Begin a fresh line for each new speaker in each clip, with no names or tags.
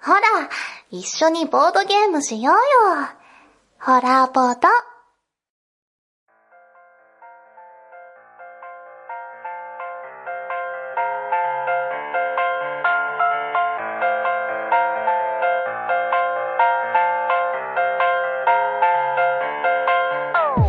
ほら、一緒にボードゲームしようよ。ホラーボード。
は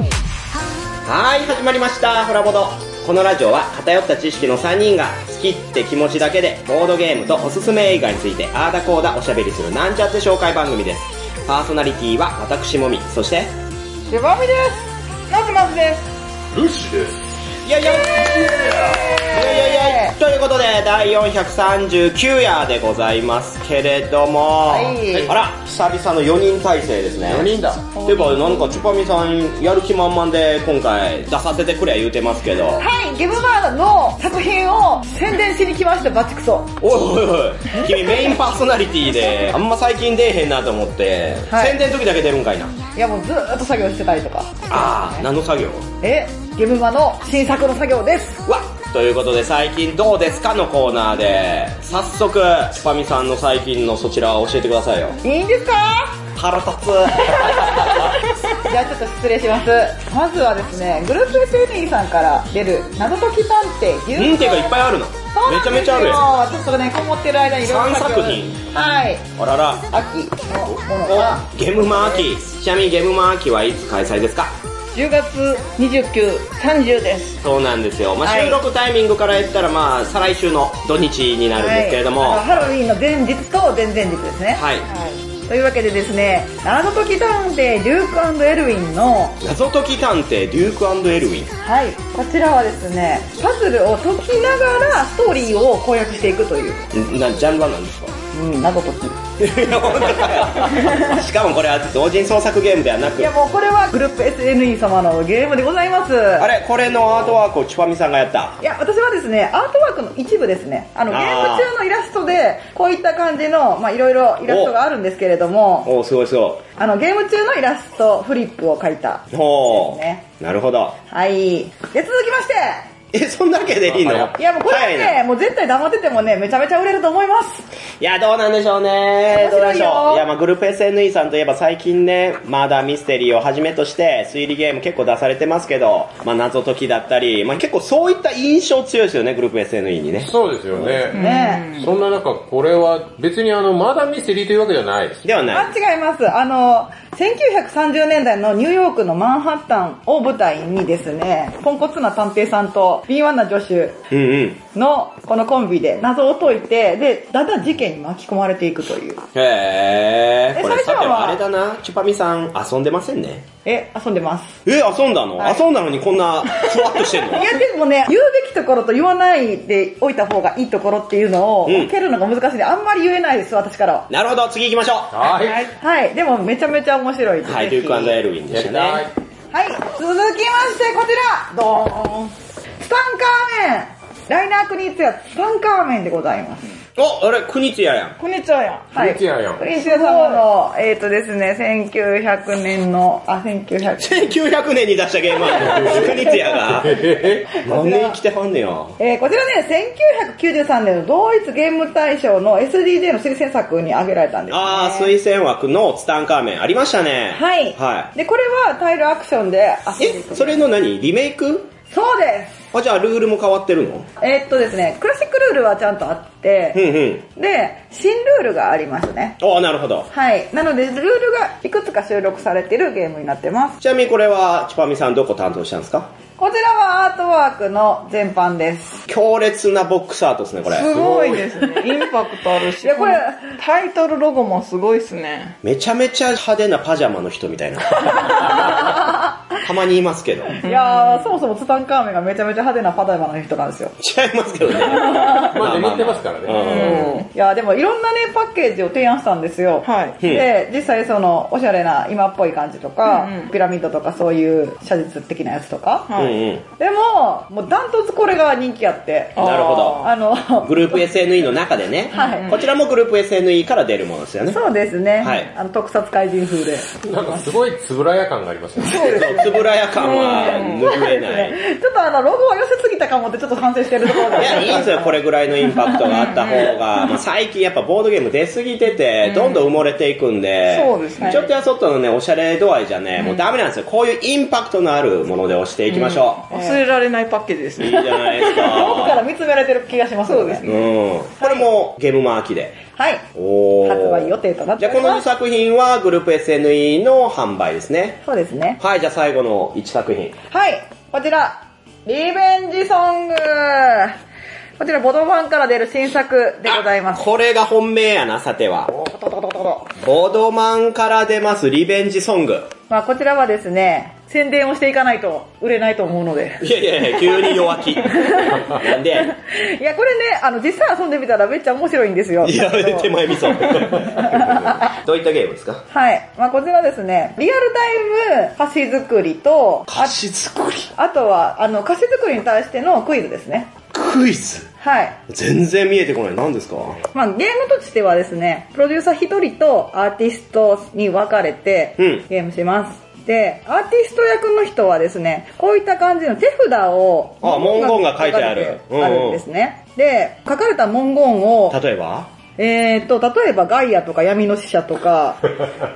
い始まりましたホラボドこのラジオは偏った知識の3人が好きって気持ちだけでボードゲームとおすすめ映画についてあーだこーだおしゃべりするなんちゃって紹介番組ですパーソナリティは私もみそして
しぼみですまずまずです
ルシです。
いやいやいやいやいやということで第439夜でございますけれども、
はい
あら久々の4人体制ですね
4人だ。
ていうかなんかチュパミさんやる気満々で今回出させてくれ言うてますけど
はいゲブバーの作品を宣伝しに来ましたバチクソ
おいおいおい君メインパーソナリティであんま最近出えへんなと思って、
はい
宣伝の時だけ出るんかいない
やもうずーっと作業してたりとか
ああ何の作業
えゲブバの新作の作業です
わっということで最近どうですかのコーナーで早速スパミさんの最近のそちらを教えてくださいよ
いいんですか
腹立 つ
じゃあちょっと失礼しますまずはですねグループ SNE さんから出る謎解き探偵
認定がいっぱいあるの
そうな
め
ん
ちゃめちゃ
ですよ
あるやん
ちょっとねこもってる間にいろいろ
三作品
はい
あらら
秋のものが
おゲームマー秋ちなみにゲームマー秋はいつ開催ですか
10月29、30です。
そうなんですよ、まあ、
はい
収録タイミングから言ったらまあ再来週の土日になるんですけれども、
はいあのハロウィンの前日と前々日ですね。
はい
はいというわけでですね、謎解き探偵デュークエルウィンの、
謎解き探偵デュークエルウィン
はい、こちらはですね、パズルを解きながらストーリーを攻略していくという、
んなジャンルは何ですか
うん、謎解
いや本当だよしかもこれは同人創作ゲームではな
き。い
く
やもうこれはグループ SNE 様のゲームでございます。
あれこれのアートワークをチュパミさんがやった
いや、私はですね、アートワークの一部ですね。あの、ゲーム
あー
中のイラストで、こういった感じの、まあいろいろイラストがあるんですけれども、
おおすごいすご
あの、ゲーム中のイラスト、フリップを描いた。
いおお、
ね
なるほど
はい。で、続きまして
えそんだけでいいの
あはい
や、もうこれは
早いな
ね、もう絶対黙っててもね、めちゃめちゃ売れると思います。
いやどうなんでしょうね
面
どうなんで
白い
し
よ
ょういやまあグループ SNE さんといえば最近ねマーダーミステリーをはじめとして推理ゲーム結構出されてますけどまあ謎解きだったりまあ結構そういった印象強いですよねグループ SNE にね
そうですよね。
ね
そんな中、これは別にあの、まだミステリーというわけじゃないです。
ではない
あ、違います。あの、1930年代のニューヨークのマンハッタンを舞台にですね、ポンコツな探偵さんと敏腕な助手
うんうん
のこのコンビで謎を解いて、で、だんだん事件に巻き込まれていくという。
へえ。
え
これ
最
さ
初
て
は
はあれだな、チュパミさん遊んでませんね。
え、遊んでます。
え、遊んだの、
はい
遊んだのにこんな、ふわっとしてんの
いやでもね、言うべきところと言わないでおいた方がいいところっていうのを
うん
分けるのが難しいんで、あんまり言えないです、私からは。
なるほど、次行きましょう。
はい。
はい、でもめちゃめちゃ面白いです。
はい、
ぜ
ル
ひ
ークエルウィンで
や
した
りたい
ね。。
はい、続きましてこちら、ドーン。ツタンカーメンライナークニーツヤツタンカーメンでございます。
お、あれ、国津屋やん。
こんにちはやん。
はい。
クニツヤやん
クニツヤ様の、えっ、ー、とですね、1900年の、あ、1900、
1900年に出したゲームある の。国津屋が。
えへ
何年生きてはんねや。
えー、こちらね、1993年の同一ゲーム大賞の SDJ の推薦作に挙げられたんです、ね。
あー、推薦枠のツタンカーメンありましたね。
はい。
は
で、これはタイルアクションで遊ん
い。
で
え
いく、
それの何リメイク
そうです。
あ、じゃあルールも変わってるの
えーっとですね、クラシックルールはちゃんとあっ
うん
て、
うん。
で、新ルールがありますね。
あー、なるほど。
はい。なので、ルールがいくつか収録されてるゲームになってます。
ちなみにこれは、チュパミさんどこ担当したんですか
こちらはアートワークの全般です。
強烈なボックスアートですね、これ。
すごいですね。インパクトあるし。
いやこれ
のタイトルロゴもすごいっすね。
めちゃめちゃ派手なパジャマの人み たいな。たまにいますけど。違い
いやー、そもそもツタンカーメンがめちゃめちゃ派手なパダマの人なんですよ。
ますけどね。
まあ、眠ってますからね。
ね。
いやー、でもいろんなね、パッケージを提案したんですよ。
はい。
で、実際その、おしゃれな今っぽい感じとか、
うんうん
ピラミッドとかそういう写実的なやつとか。
うんう
はい。
ん。
でも、もうダントツこれが人気あって、
なるほど。
あの、
グループ SNE の中でね。
はい
こちらもグループ SNE から出るものですよね。
そうですね、
はい
あの特撮怪人風で。
なんかすごいつぶらや感がありますよね。
そうつぶぶらや感は拭えない。
ちょっとあの、ロゴを寄せすぎたかもってちょっと反省してるところが。
いや、いいんですよ、これぐらいのインパクトがあった方 が。まあ、最近やっぱボードゲーム出過ぎてて、どんどん埋もれていくんで、
そうですね
ちょっとやそっとのね、おしゃれ度合いじゃね、もうダメなんですよ。こういうインパクトのあるもので押していきましょ
忘れられないパッケージです
う。いい
ね。
じゃないです
遠くから
か。
見つめられてる気がしますそうです
うん。。これもゲームマー秋で。
はい。
おー
発売予定となっ
じ
て
ゃあ
お
こ
り
の
ま
2
す。
作品はグループ SNE の販売ですね。
そうですね。
はい、じゃあ最後の1作品。
はい、こちら、リベンジソングこちら、ボドファンから出る新作でございます。
これが本命やな、さては。
トトトトトト
ボードマンから出ますリベンジソング。
まあ、こちらはですね、宣伝をしていかないと売れないと思うので。
いやいやいや、急に弱気。 なんで
いや、これね、あの、実際遊んでみたらめっちゃ面白いんですよ。
いや、手前味 噌。どういったゲームですか
はい。まあ、こちらですね、リアルタイム歌詞作りと、あ
詞作り
あとは、あの、歌詞作りに対してのクイズですね。
クイズ
はい。
全然見えてこない。何ですか
まあ、ゲームとしてはですね、プロデューサー一人とアーティストに分かれて
うん
ゲームします。で、アーティスト役の人はですね、こういった感じの手札を、
あ文言が書いてある
書かれてあるんですね。で、書かれた文言を、
例えば
えーっと、例えばガイアとか闇の使者 とか、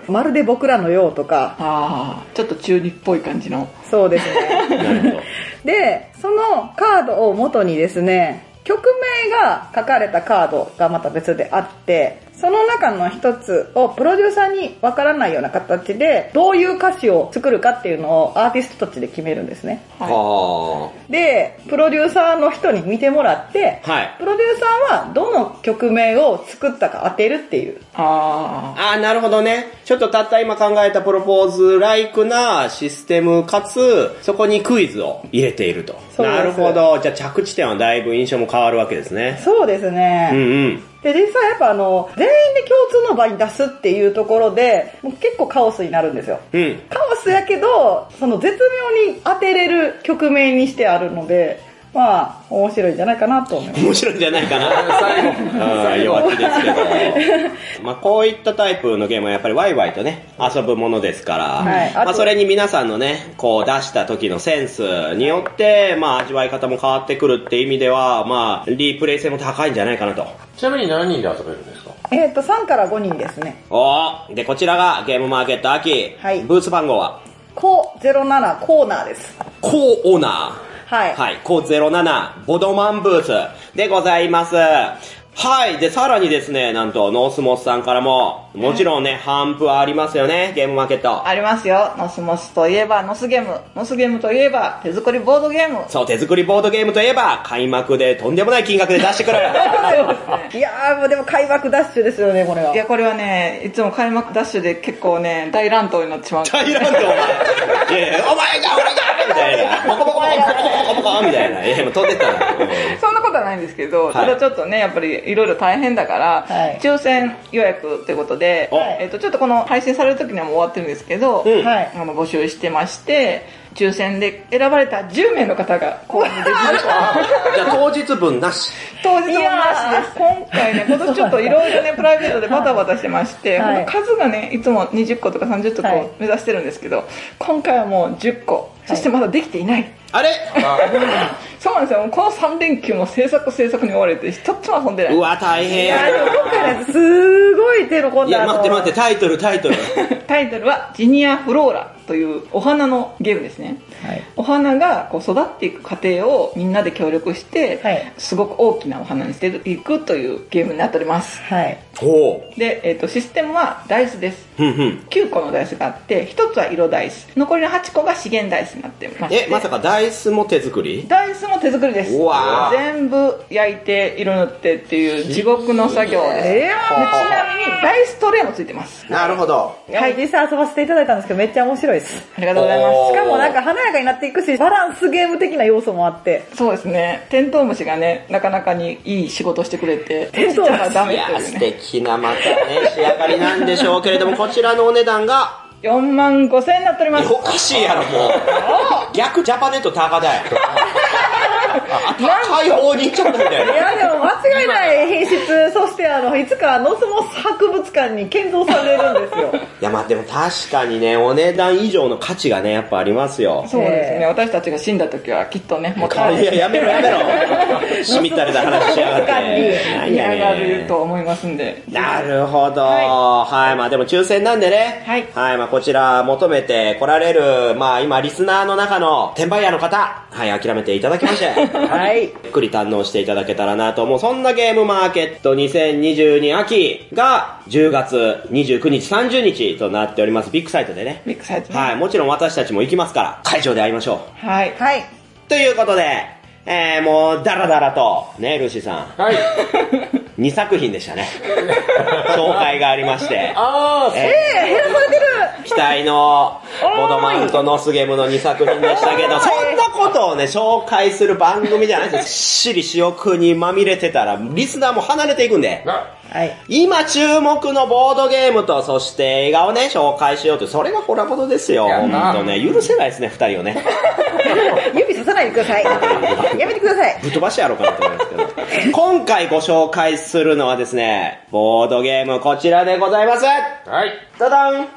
まるで僕らのようとか、
ああ、ちょっと中二っぽい感じの。
そうです ね。
なるほど。
で、そのカードを元にですね、曲名が書かれたカードがまた別であって、その中の一つをプロデューサーにわからないような形で、どういう歌詞を作るかっていうのをアーティストたちで決めるんですね。
は
で、プロデューサーの人に見てもらって、
あ。はい。
プロデューサーはどの曲名を作ったか当てるっていう。
あ
ああ、なるほどね。ちょっとたった今考えたプロポーズライクなシステムかつ、そこにクイズを入れていると。
そうです
なるほど。じゃあ着地点はだいぶ印象も変わるわけですね。
そうですね。
うんうん。
で、実際やっぱあの、全員で共通の場に出すっていうところで、もう結構カオスになるんですよ。
うん。
カオスやけど、その絶妙に当てれる曲名にしてあるので、まあ、面白いんじゃないかなと思います。
面白いんじゃない かな。あー弱気です けど。まあこういったタイプのゲームはやっぱりワイワイとね、遊ぶものですから、
はい
ま
あ
あ
と
それに皆さんのね、こう出した時のセンスによって、まあ味わい方も変わってくるって意味では、まあリプレイ性も高いんじゃないかなと。
ちなみに何人で遊べるんですか
えっ、と、3から5人ですね。
おーで、こちらがゲームマーケット秋。
はい
ブース番号は、
コ07コーナーです。
コーオーナー。
はい。
はい、コーゼ07、ボドマンブースでございます。はい。で、さらにですね、なんと、ノースモスさんからも、もちろんね、半分はありますよね、ゲームマーケット
あ。。ありますよ。ノスモスといえば、ノスゲーム。ノスゲームといえば、手作りボードゲーム。
そう、手作りボードゲームといえば、開幕でとんでもない金額で出してくる。
いやー、もうでも開幕ダッシュですよね、これは。
いや、これはね、いつも開幕ダッシュで結構ね、大乱闘になってしまう。
大乱闘お前。いやいやお前が、俺がみたいな。ボコボコ、ボコボコ、ボコボコみたいな。いや、もう飛んでったな。うん
そんなことはないんですけど、
い
ただちょっとね、やっぱりいろいろ大変だから、
はい
抽選予約ということで、
お
えっと、ちょっとこの配信される時にはもう終わってるんですけど、
うん
はい。
あの募集してまして、抽選で選ばれた10名の方が購入できると。
じゃあ、当日分なし。
当日もなしです。今回ね、今年ちょっといろいろね、プライベートでバタバタしてまして、
はい
ほんと数がね、いつも20個とか30個
はい
目指してるんですけど、今回はもう10個、そしてまだできていない。
あれ。
そうなんですよ。もうこの3連休も制作制作に追われて、一つも遊んでないう
わ、大変
いやー、で
や。
も今回のやつ、すーごい手の込ん
い
だ
や、待って待って、タイトル、タイトル。
タイトルは「ジニアフローラ」というお花のゲームですね、
はい
お花がこう育っていく過程をみんなで協力して、
はい
すごく大きなお花にしていくというゲームになっております
はい。
ほう。
で、えー、とシステムはダイスです
ふんふん。
9個のダイスがあって1つは色ダイス残りの8個が資源ダイスになってまして
え、まさかダイスも手作り
ダイスも手作りです
うわー
全部焼いて色塗ってっていう地獄の作業です
え
でちなみにダイストレイもついてます
なるほど。
ー、はい、実際遊ばせていただいたんですけど、めっちゃ面白いです。
ありがとうございます
おー
しかもなんか華やかになっていくし、バランスゲーム的な要素もあって。
そうですね。テントウムシがね、なかなかにいい仕事してくれて、
テントウムシ
ちっちゃなダメ
い
と
や、
いう
素
ね。
敵なまたね、仕上がりなんでしょうけ れども、こちらのお値段が、
4万5千円になっておりま す。
おかしいやろ、もう。逆ジャパネット高だよ。あ、高い方に行っちゃったみたい
い
な。
や、でも間違いない品質、そしてあの、いつかノスモス博物館に建造されるんですよ。
いや、まあでも確かにね、お値段以上の価値がね、やっぱありますよ。
そうですね。私たちが死んだ時はきっとね、もう
いや、やめろやめ ろ。しみったれた話しやがって。
盛り上がると思いますんで。
なるほど。はい、まあでも抽選なんでね。
はい
まあこちら求めて来られる、まあ今リスナーの中の転売屋の方、はい、諦めていただきまして。 はいゆっくり堪能していただけたらなと思う。そんなゲームマーケット2022秋が10月29日、30日となっております。ビッグサイトでね。
ビッグサイトね
はい、もちろん私たちも行きますから、会場で会いましょう。
はい。
はい。
ということで、えー、もう、だらだらと、ね、ルーシーさん、
はい。
2作品でした ね。紹介がありまして、
あー、
え
えー、減らされてる
ー期待の、ボドマンとノスゲムの2作品でしたけど、そんなことをね、紹介する番組じゃないです。しっしり私欲にまみれてたら、リスナーも離れていくんで。
な
はい。
今注目のボードゲームと、そして映画をね、紹介しようと、それがコラボドですよ。
や
ほん
な
とね、許せないですね、二人をね。
指ささないでください。やめてください。
ぶっ飛ばしてやろうかなと思いますけど。今回ご紹介するのはですね、ボードゲームこちらでございます。
はい。
ダダン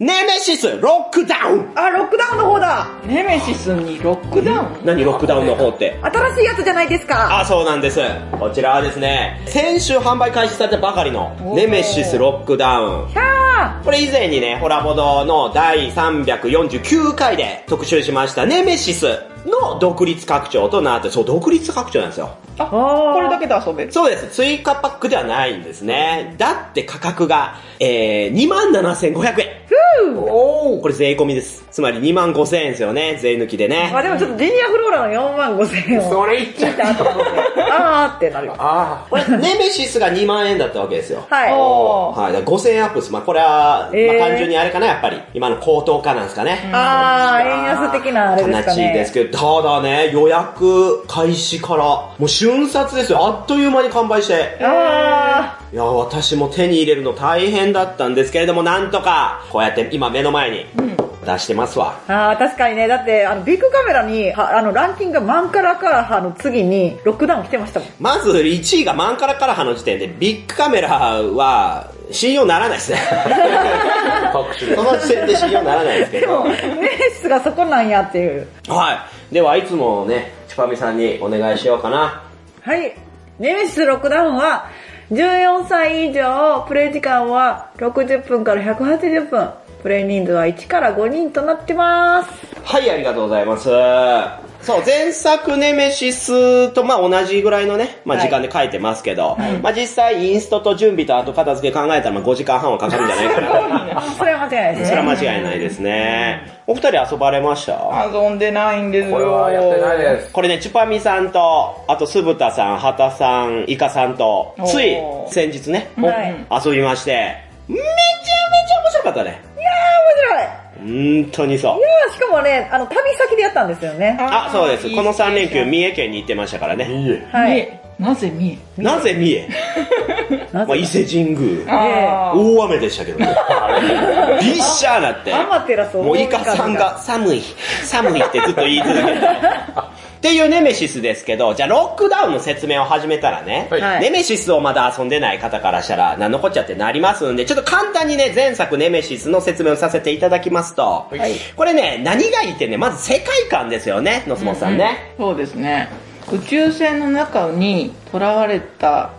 ネメシスロックダウン
あ、ロックダウンの方だ
ネメシスにロックダウン
何ロックダウンの方って。
新しいやつじゃないですか
あ、そうなんです。こちらはですね、先週販売開始されたばかりのネメシスロックダウン。
ひゃ
これ以前にね、ホラボドの第349回で特集しましたネメシスの独立拡張となって、そう、独立拡張なんですよ。
あ、
ー
これだけで遊べる。
そうです。追加パックではないんですね。だって価格が、えー、27,500円。おおこれ税込みです。つまり25,000円ですよね。税抜きで
ーまあ
ね。
でもちょっとジュニアフローラの4万5千円を
それいっ
聞
ちゃ
いた後なんであーってなるよ。
あ
これ、ネメシスが2万円だったわけですよ。
はい。
おー
はい。だから5000円アップです。まあ、これは、
えー
まあ、単純にあれかな、やっぱり。今の高騰化なんですかね。
あー、円安的なあれですか
話
ね。
ですけど、ただね、予約開始から、もう瞬殺ですよ。あっという間に完売して。
あ
いや、私も手に入れるの大変だったんですけれども、なんとか、こうやって今目の前に出してますわ。
ーあー、確かにね。だって、あの、ビッグカメラに、はあの、ランキングがマンカラカラハの次に、ロックダウン来てましたもん。
まず1位がマンカラカラハの時点で、ビッグカメラは信用ならないですね。
あ、各種
この時点で信用ならないですけ
で
ど
も、。メイスがそこなんやっていう。
はい。では、いつもね、チュパミさんにお願いしようかな。
はい。ネメシスロックダウンは、14歳以上、プレイ時間は60分から180分、プレイ人数は1から5人となってます。
はい、ありがとうございます。そう、前作ネメシスとまあ同じぐらいのね、まあ
はい
時間で書いてますけど、まあ実際インストと準備と後片付け考えたらまあ5時間半はかかるんじゃないかな。
それは間違いないで
そ
す
れ
ね。
は間違いないですね。お二人遊ばれました
遊んでないんですよ。
これはやってないです。
これね、チュパミさんと、あと酢豚さん、畑さん、イカさんと、つい
おー
先日ね、
はい
遊びまして、めちゃめちゃ面白かったね。
面白い
本当にそう。
いやしかもね、あの、旅先でやったんですよね。
あ、そうです。この3連休、
み
三重県に行ってましたからね。
いいえ。
はい。
なぜみ
なぜ三重
な
まあ、伊勢神宮。
あー
大雨でしたけどね。びっしゃーなって。
アマテラス
もうイカさんが寒い、寒いってずっと言い続けて。っていうネメシスですけど、じゃあロックダウンの説明を始めたらね、
はい
ネメシスをまだ遊んでない方からしたら、なんのこっちゃってなりますんで、ちょっと簡単にね、前作ネメシスの説明をさせていただきますと、
はい
これね、何がいいってね、まず世界観ですよね、ノスモさんね。
そうですね。宇宙船の中に囚われた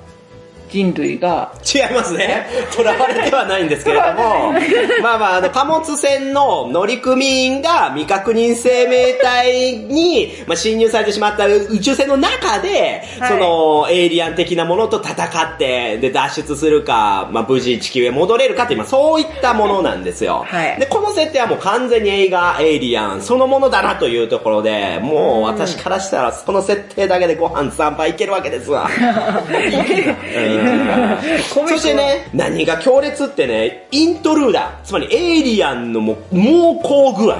人類が、
違います ね。囚われてはないんですけれども、まあまあ、あの、貨物船の乗組員が未確認生命体に、まあ、侵入されてしまった宇宙船の中で、
はい
その、エイリアン的なものと戦って、で、脱出するか、まあ、無事地球へ戻れるかって、今、そういったものなんですよ。
はい
で、この設定はもう完全に映画、エイリアンそのものだなというところで、もう私からしたら、その設定だけでご飯3杯いけるわけですわ。
い
うん
コミック
そしてね、何が強烈ってね、イントルーダー、つまりエイリアンのもう、猛攻具 合。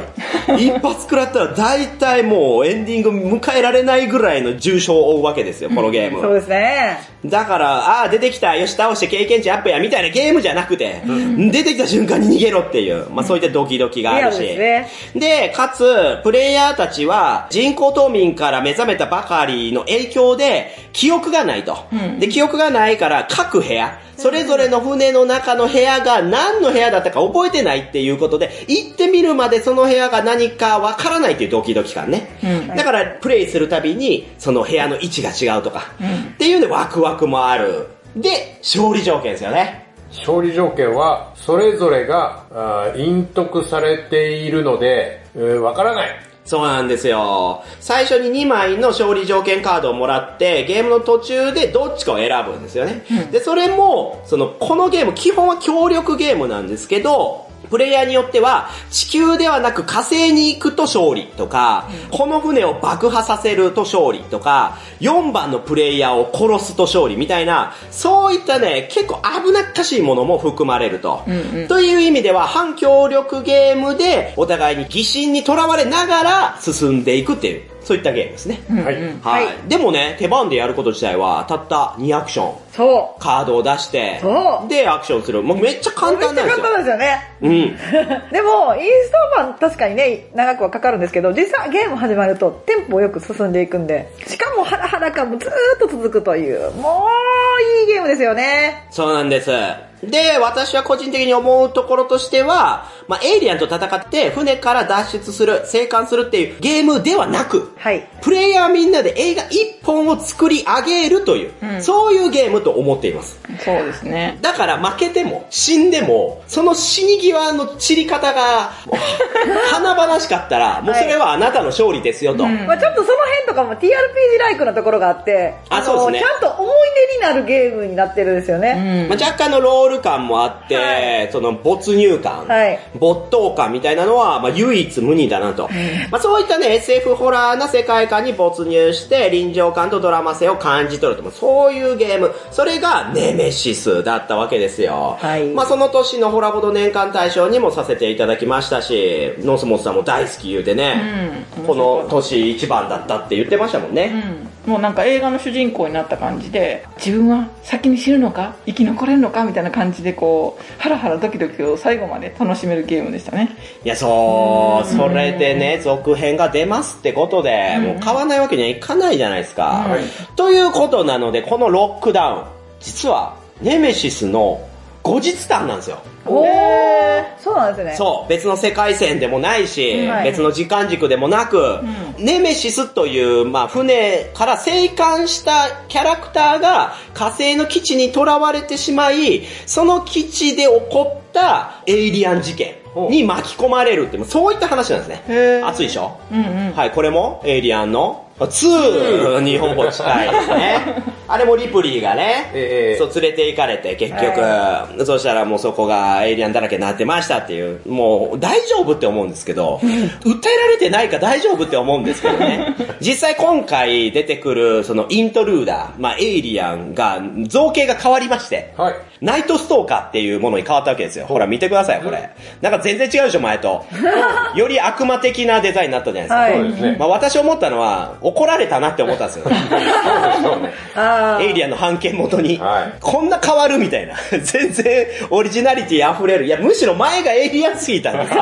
一発食らったら大体もうエンディング迎えられないぐらいの重傷を負うわけですよ、このゲーム。
そうですね。
だから、ああ、出てきた、よし、倒して経験値アップや、みたいなゲームじゃなくて、出てきた瞬間に逃げろっていう、まあそういったドキドキがあるし。
リアルで
でかつ、プレイヤーたちは、人工冬眠から目覚めたばかりの影響で、記憶がないと。で、記憶がないから、各部屋、それぞれの船の中の部屋が何の部屋だったか覚えてないっていうことで、行ってみるまでその部屋が何かわからないっていうドキドキ感ね。だから、プレイするたびに、その部屋の位置が違うとか、っていうのでワクワクもある。で、勝利条件ですよね。
勝利条件は、それぞれが、あー隠匿されているので、えーわからない。
そうなんですよ。最初に2枚の勝利条件カードをもらって、ゲームの途中でどっちかを選ぶんですよね。で、それも、その、このゲーム、基本は協力ゲームなんですけど、プレイヤーによっては、地球ではなく火星に行くと勝利とか、この船を爆破させると勝利とか、4番のプレイヤーを殺すと勝利みたいな、そういったね、結構危なっかしいものも含まれると。という意味では、反協力ゲームで、お互いに疑心にとらわれながら進んでいくっていう、そういったゲームですね。
はい。
はい、
はい
でもね、手番でやること自体は、たった2アクション。
そ
カードを出して
そ、う
で、アクションする。もうめっちゃ
う。
簡単なんですよ。
めっちゃ簡単な
う
ん
ん。
ですよね。 でも、インストーマン確かにね、長くはかかるんですけど、実際ゲーム始まるとテンポよく進んでいくんで、しかもハラハラ感もずーっと続くという、もういいゲームですよね。
そうなんです。で、私は個人的に思うところとしては、まあ、エイリアンと戦って船から脱出する、生還するっていうゲームではなく、
はい。
プレイヤーみんなで映画一本を作り上げるという、そういうゲームと思っています。
そうですね。
だから負けても死んでも、その死に際の散り方が、もう華々しかったら、もうそれはあなたの勝利ですよと。
ん
まあちょっとその辺とかも TRPG ライクなところがあって、
あ
の
そうですね
ちゃんと思い出になるゲームになってるんですよね。
まあ、若干のロール感もあって、
は
その没入感、
はい
没頭感みたいなのは、まあ、唯一無二だなと。まあ、そういったね、SF ホラーな世界観に没入して、臨場感とドラマ性を感じ取ると。そういうゲーム。それがネメシスだったわけですよ。
はい
まあ、その年のホラボド年間大賞にもさせていただきましたし、ノスモスさんも大好き言うてね、
うん
この年一番だったって言ってましたもんね。
うん。もうなんか映画の主人公になった感じで、自分は先に死ぬのか生き残れるのかみたいな感じでこう、ハラハラドキドキを最後まで楽しめるゲームでしたね。
いや、そう、それでね、続編が出ますってことで、もう買わないわけにはいかないじゃないですか。
はい
ということなので、このロックダウン、実は、ネメシスの後日談なんですよ。
おー、そうなんですね。
そう、別の世界線でもないし、
はい
別の時間軸でもなく、ネメシスという、まあ、船から生還したキャラクターが火星の基地に囚われてしまい、その基地で起こったエイリアン事件に巻き込まれるって、もうそういった話なんですね。
へー
熱いでしょ
うんうん。
はい、これもエイリアンの2にほぼ近いです ね。あれもリプリーがね、
ええ
そう連れて行かれて結局、そしたらもうそこがエイリアンだらけになってましたっていう、もう大丈夫って思うんですけど、訴えられてないか大丈夫って思うんですけどね。実際今回出てくるそのイントルーダー、まあエイリアンが造形が変わりまして、
はい。
ナイトストーカーっていうものに変わったわけですよ。ほら見てください、これ。なんか全然違うでしょ、前と。より悪魔的なデザインになったじゃないですか。
はい
そうですね。
まあ私思ったのは、怒られたなって思ったんですよ。
そう ね。
あー
エイリアンの判件元に
はい。
こんな変わるみたいな。 全然オリジナリティ溢れる。いや、むしろ前がエイリアンすぎたんですよ。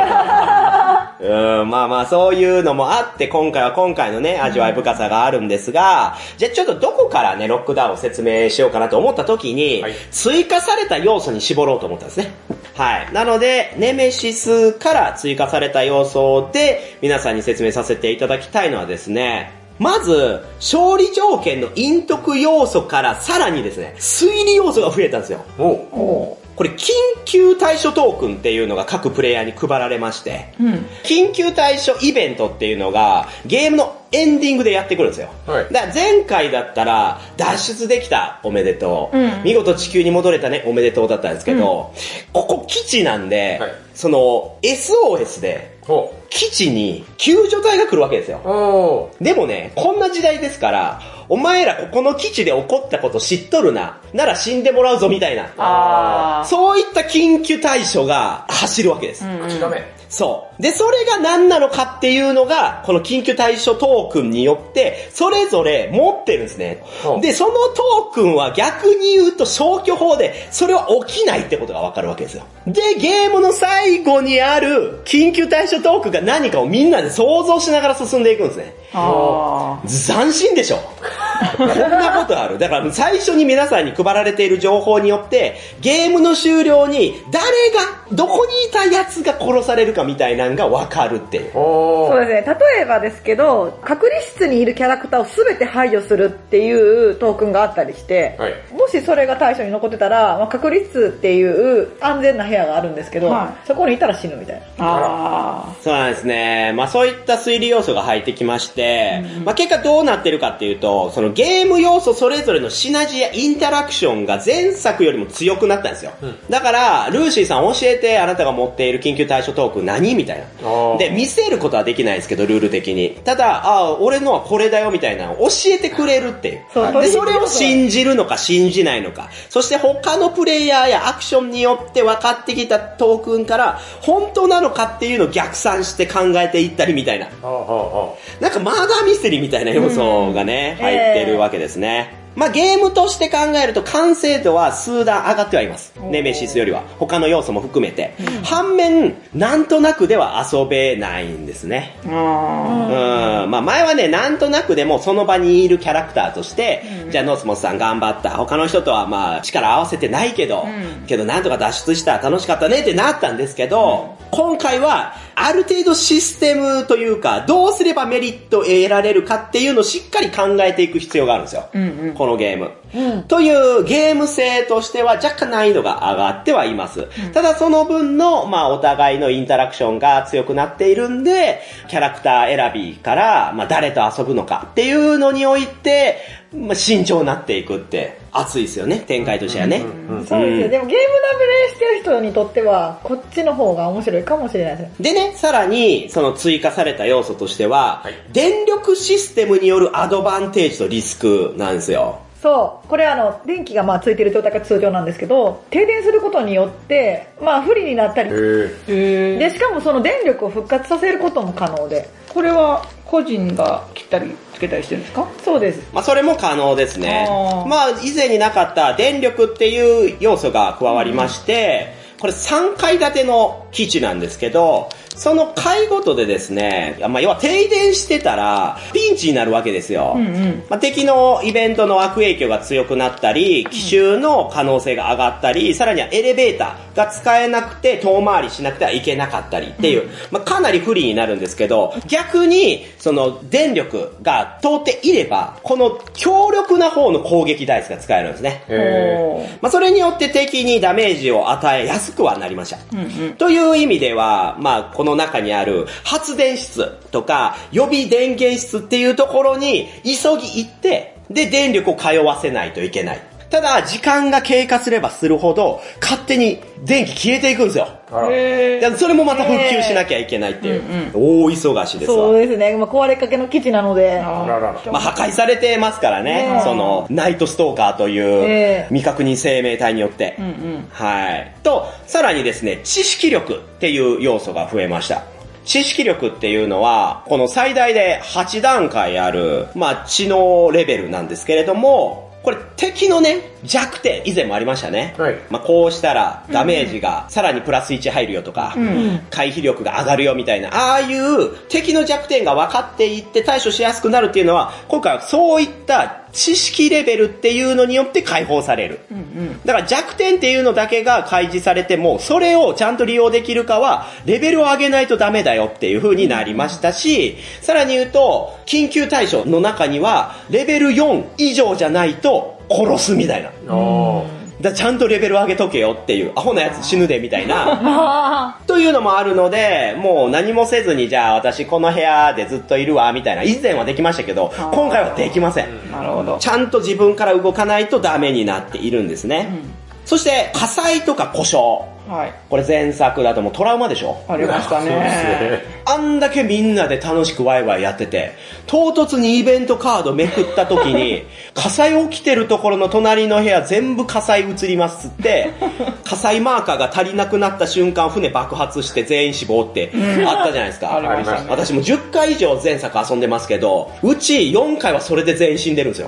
うん、まあまあ、そういうのもあって、今回は今回のね、味わい深さがあるんですが、じゃあちょっとどこからね、ロックダウンを説明しようかなと思った時に、
はい
追加された要素に絞ろうと思ったんですね。はい。なので、ネメシスから追加された要素で、皆さんに説明させていただきたいのはですね、まず、勝利条件の陰徳要素からさらにですね、推理要素が増えたんですよ。
おう
お
これ、緊急対処トークンっていうのが各プレイヤーに配られまして、
うん。
緊急対処イベントっていうのが、ゲームのエンディングでやってくるんですよ。
はい
だから前回だったら、脱出できた、おめでとう、
うん
見事地球に戻れたね、おめでとうだったんですけど、ここ基地なんで、
はい
その、SOS で、
ほ
基地に救助隊が来るわけですよ
う。。お
でもね、こんな時代ですから、お前らここの基地で起こったこと知っとるな、なら死んでもらうぞみたいな、
ああ。
そういった緊急対処が走るわけです。
うんうん
ー。口ダメ。
そう。で、それが何なのかっていうのが、この緊急対処トークンによって、それぞれ持ってるんですね
ほ。う
で、そのトークンは逆に言うと消去法で、それは起きないってことがわかるわけですよ。で、ゲームの最後にある緊急対処トークンが何かをみんなで想像しながら進んでいくんですね。
あ
斬新でしょこんなことある。だから最初に皆さんに配られている情報によって、ゲームの終了に誰が、どこにいたやつが殺されるかみたいなんがわかるっていう。
お
そう
ー。
ですね。例えばですけど、隔離室にいるキャラクターを全て排除するっていうトークンがあったりして、
はい
もしそれが対象に残ってたら、まあ、隔離室っていう安全な部屋があるんですけど、
は
そこにいたら死ぬみたいな。
あ。あ
そうなんですね。まあそういった推理要素が入ってきまして、まあ結果どうなってるかっていうと、そのゲーム要素それぞれのシナジーやインタラクションが前作よりも強くなったんですよ。だから、ルーシーさん教えてあなたが持っている緊急対処トークン何みたい
あー
な。で、見せることはできないですけど、ルール的に。ただ、ああ、俺のはこれだよみたいなのを教えてくれるっていう。
そう
で、
取り
そ
入れ
れ
る
を
ことは
信じるのか信じないのか。そして他のプレイヤーやアクションによって分かってきたトークンから、本当なのかっていうのを逆算して考えていったりみたいな。
あーは
なんかマーダーミステリーみたいな要素がね、
うん
入ってるわけですね。まあゲームとして考えると完成度は数段上がってはいます。ネメシスよりは。他の要素も含めて。反面、なんとなくでは遊べないんですね。
あ。あ
うん、まあ前はね、なんとなくでもその場にいるキャラクターとして、じゃあノースモスさん頑張った。他の人とはまあ力合わせてないけど、
うん
けどなんとか脱出した。楽しかったねってなったんですけど、今回はある程度システムというか、どうすればメリットを得られるかっていうのをしっかり考えていく必要があるんですよ。
あ。うんうん。
このゲーム、というゲーム性としては若干難易度が上がってはいます。ただその分の、まあお互いのインタラクションが強くなっているんで、キャラクター選びから、まあ誰と遊ぶのかっていうのにおいて、まあ慎重になっていくって熱いですよね、展開としてはね。
そうですよ、でもゲームダブレしてる人にとっては、こっちの方が面白いかもしれないですね。
でね、さらに、その追加された要素としては、
はい
電力システムによるアドバンテージとリスクなんですよ。
そう。これあの、電気がまあついてる状態が通常なんですけど、停電することによって、まあ不利になったり
あ。、へ
え
で、しかもその電力を復活させることも可能で。
これは個人が切ったりつけたりしてるんですか
そうです。
まあ、それも可能ですね
あ。ー
まあ、以前になかった電力っていう要素が加わりまして、これ3階建ての基地なんですけど、その階ごとでですね、まあ、要は停電してたら、ピンチになるわけですよ。
うんうん。
まあ、敵のイベントの悪影響が強くなったり、奇襲の可能性が上がったり、さらにはエレベーターが使えなくて遠回りしなくてはいけなかったりっていう、まあ、かなり不利になるんですけど、逆に、その電力が通っていれば、この強力な方の攻撃ダイスが使えるんですね。
え。へ
おー
まあ、それによって敵にダメージを与えやすくはなりました。
うんうん。
という意味では、まあ、この中にある発電室とか予備電源室っていうところに急ぎ行って、で、電力を通わせないといけない。ただ、時間が経過すればするほど、勝手に電気消えていくんですよ。
ー。あら。
へ
でそれもまた復旧しなきゃいけないっていう、大忙しです
そう
わ。
ですね。まあ、壊れかけの基地なので。
あ
あららら
まあ、破壊されてますからね
ね。え
その、ナイトストーカーとい
え
う
え、
未確認生命体によって。
うんうん。
はい。と、さらにですね、知識力っていう要素が増えました。知識力っていうのは、この最大で8段階ある、まあ、知能レベルなんですけれども、これ敵のね、弱点、以前もありましたね。
はい
まあ、こうしたらダメージがさらにプラス1入るよとか、回避力が上がるよみたいな、ああいう敵の弱点が分かっていって対処しやすくなるっていうのは、今回はそういった知識レベルっていうのによって解放される。だから弱点っていうのだけが開示されても、それをちゃんと利用できるかは、レベルを上げないとダメだよっていう風になりましたし、さらに言うと、緊急対処の中には、レベル4以上じゃないと殺すみたいな。
あー。
だちゃんとレベル上げとけよっていう、アホなやつ死ぬでみたいな、
あ
というのもあるので、もう何もせずに、じゃあ私この部屋でずっといるわ、みたいな、以前はできましたけど、今回はできません。
なるほど。
ちゃんと自分から動かないとダメになっているんですね。そして、火災とか故障。
はい。
これ前作だともうトラウマでしょ
ありました
そうです
ね。
ね。
あんだけみんなで楽しくワイワイやってて、唐突にイベントカードめくった時 に、火災起きてるところの隣の部屋全部火災移りますっつって、火災マーカーが足りなくなった瞬間船爆発して全員死亡ってあったじゃないです
あ
か
り。ました
ありまし
ね。
私も10回以上前作遊んでますけど、うち4回はそれで全員死んでるんです よ。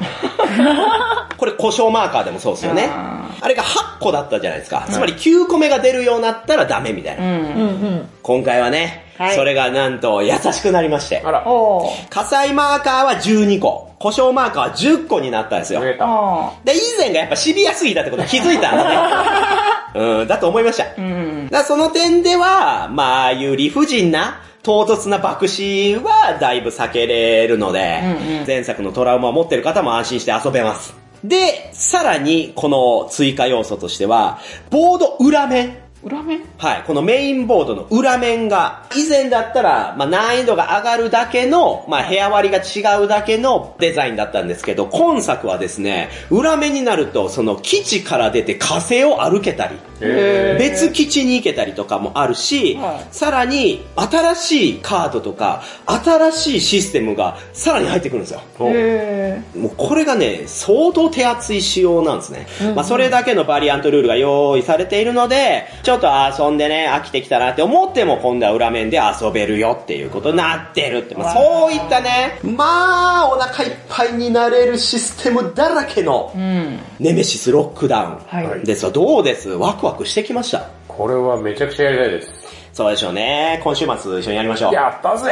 これ故障マーカーでもそうですよね。
あ
あれが8個だったじゃないですか。つまり9個目が出るようになったらダメみたいな。
うん。
今回はね、
はい
それがなんと優しくなりまして
あ、ら、増
おー。
火災マーカーは12個、故障マーカーは10個になったんですよ。
えた。
あ
で、以前がやっぱシビアすぎたってことに気づいたんだ ね。うん、だと思いました。
ー。うん。
だからその点では、まあ、ああいう理不尽な、唐突な爆死はだいぶ避けれるので、
うんうん
前作のトラウマを持ってる方も安心して遊べます。で、さらに、この追加要素としては、ボード裏面。
裏面
はい、このメインボードの裏面が、以前だったら、まあ、難易度が上がるだけの、まあ、部屋割りが違うだけのデザインだったんですけど、今作はですね、裏面になると、その基地から出て火星を歩けたり、
え
別基地に行けたりとかもあるし、
はい
さらに新しいカードとか、新しいシステムがさらに入ってくるんですよ。
ーお
へ
もうこれがね、相当手厚い仕様なんですね。まあそれだけのバリアントルールが用意されているので、ちょっと遊んでね、飽きてきたなって思っても今度は裏面で遊べるよっていうことになってるって。まあそういったね、まあお腹いっぱいになれるシステムだらけの
ー。う、ん。
ネメシスロックダ
は
ウ
い
ンですが、どうですワクワクしてきました。
これはめちゃくちゃやりたいです。
そうでしょうね。今週末一緒にやりましょう。
やったぜ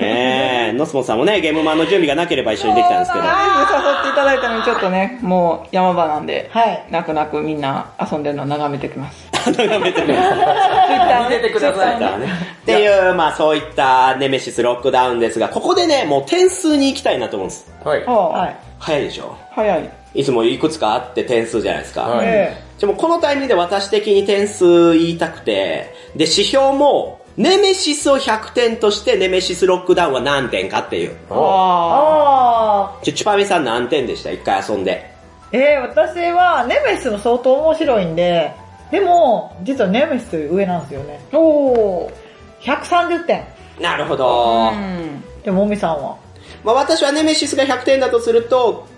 えー、ノスモンさんもね、ゲームマンの準備がなければ一緒にできたんですけど。
ライブ誘っていただいたのにちょっとね、もう山場なんで、
はい
泣く泣くみんな遊んでるのを眺めてきます。
眺めてみます。
Twitter ね
だねっていう、まあそういったネメシスロックダウンですが、ここでね、もう点数に行きたいなと思うんです。
はい。
ああ、
はい。
早いでしょ
早い。
いつもいくつかあって点数じゃないですか。
はい
え
でもこのタイミングで私的に点数言いたくて、で、指標も、ネメシスを100点として、ネメシスロックダウンは何点かっていう。
お
ーあ
あ
ちょ、チュパミさん何点でした一回遊んで。
ー。えー、私は、ネメシスも相当面白いんで、でも、実はネメシス上なんですよね。
あ。おー。
130点。
なるほど。
うん。
で、もみさんは。
まあ私はネメシスが100点だとすると、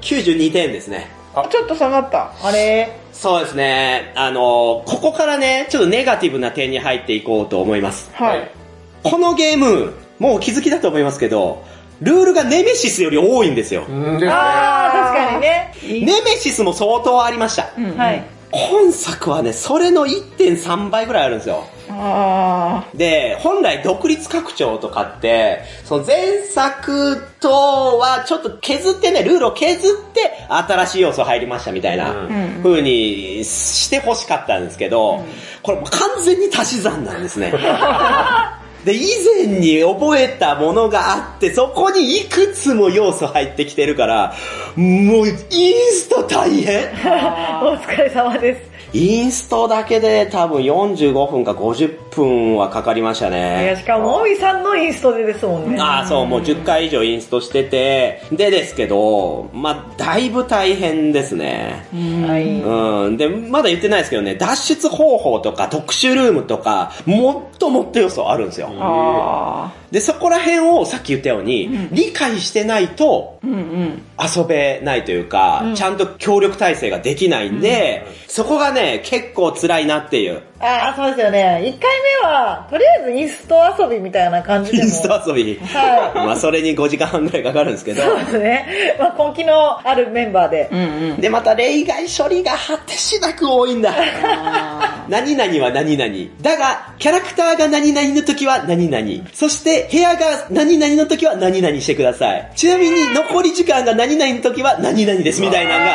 92点ですね。
あちょっと下がった。
あれ
そうですね。あのここからね、ちょっとネガティブな点に入っていこうと思います。
はい。
このゲーム、もうお気づきだと思いますけど、ルールがネメシスより多いんですよ。
うんですね。
あー、確かにね。
ネメシスも相当ありました。
うん
はい。。
今作はね、それの1.3倍ぐらいあるんですよ。
あ
で、本来独立拡張とかって、その前作とはちょっと削ってね、ルールを削って新しい要素入りましたみたいな
うん
風にして欲しかったんですけど、これもう完全に足し算なんですね。で、以前に覚えたものがあって、そこにいくつも要素入ってきてるから、もうインスト大変
お疲れ様です。
インストだけで多分45分か50分はかかりましたね。
いや、しかも、もみさんのインストでですもんね。
ああ、そう、もう10回以上インストしてて、でですけど、まあ、だいぶ大変ですね。
はい。
うん。で、まだ言ってないですけどね、脱出方法とか特殊ルームとか、もっともっと要素あるんですよ。
あ。ああ。
で、そこら辺をさっき言ったように、理解してないと
うんうん。
遊べないというか、ちゃんと協力体制ができないんで、そこがね、結構辛いなっていう。
ああ、そうですよね。1回目は、とりあえずインスト遊びみたいな感じで
イ
も。
ンスト遊び。
は
まあ、それに5時間半くらいかかるんですけど。
そうですね。まあ、根気のあるメンバーで
う。んうん。
で、また例外処理が果てしなく多いんだ。何々は何々。だが、キャラクターが何々の時は何々。そして、部屋が何々の時は何々してください。ちなみに、残り時間が何々の時は何々です、みたいなのが、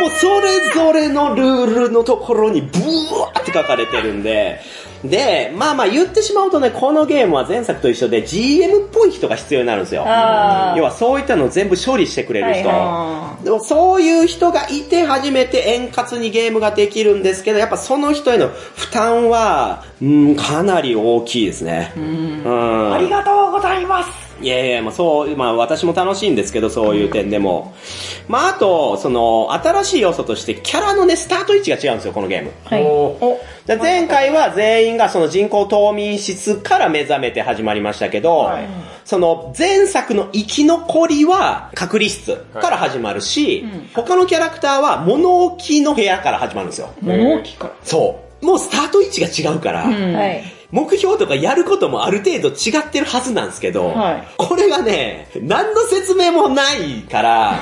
もうそれぞれのルールのところにブワーって書かれてるんで、で、まあまあ言ってしまうとね、このゲームは前作と一緒で GM っぽい人が必要になるんですよ。
あー
要はそういったのを全部処理してくれる人。
はいはい
あ
でもそういう人がいて初めて円滑にゲームができるんですけど、やっぱその人への負担は、うん、かなり大きいですね。うん。
ありがとうございます。
いやいや、まあそう、まあ私も楽しいんですけど、そういう点でも。まああと、その、新しい要素として、キャラのね、スタート位置が違うんですよ、このゲーム。
はい
おー
じゃあ前回は全員がその人工冬眠室から目覚めて始まりましたけど、
はい
その前作の生き残りは隔離室から始まるし、他のキャラクターは物置の部屋から始まるんですよ。
物置から。
そう。もうスタート位置が違うから、
うん
はい。
目標とかやることもある程度違ってるはずなんですけど、
はい
これがね、何の説明もない から、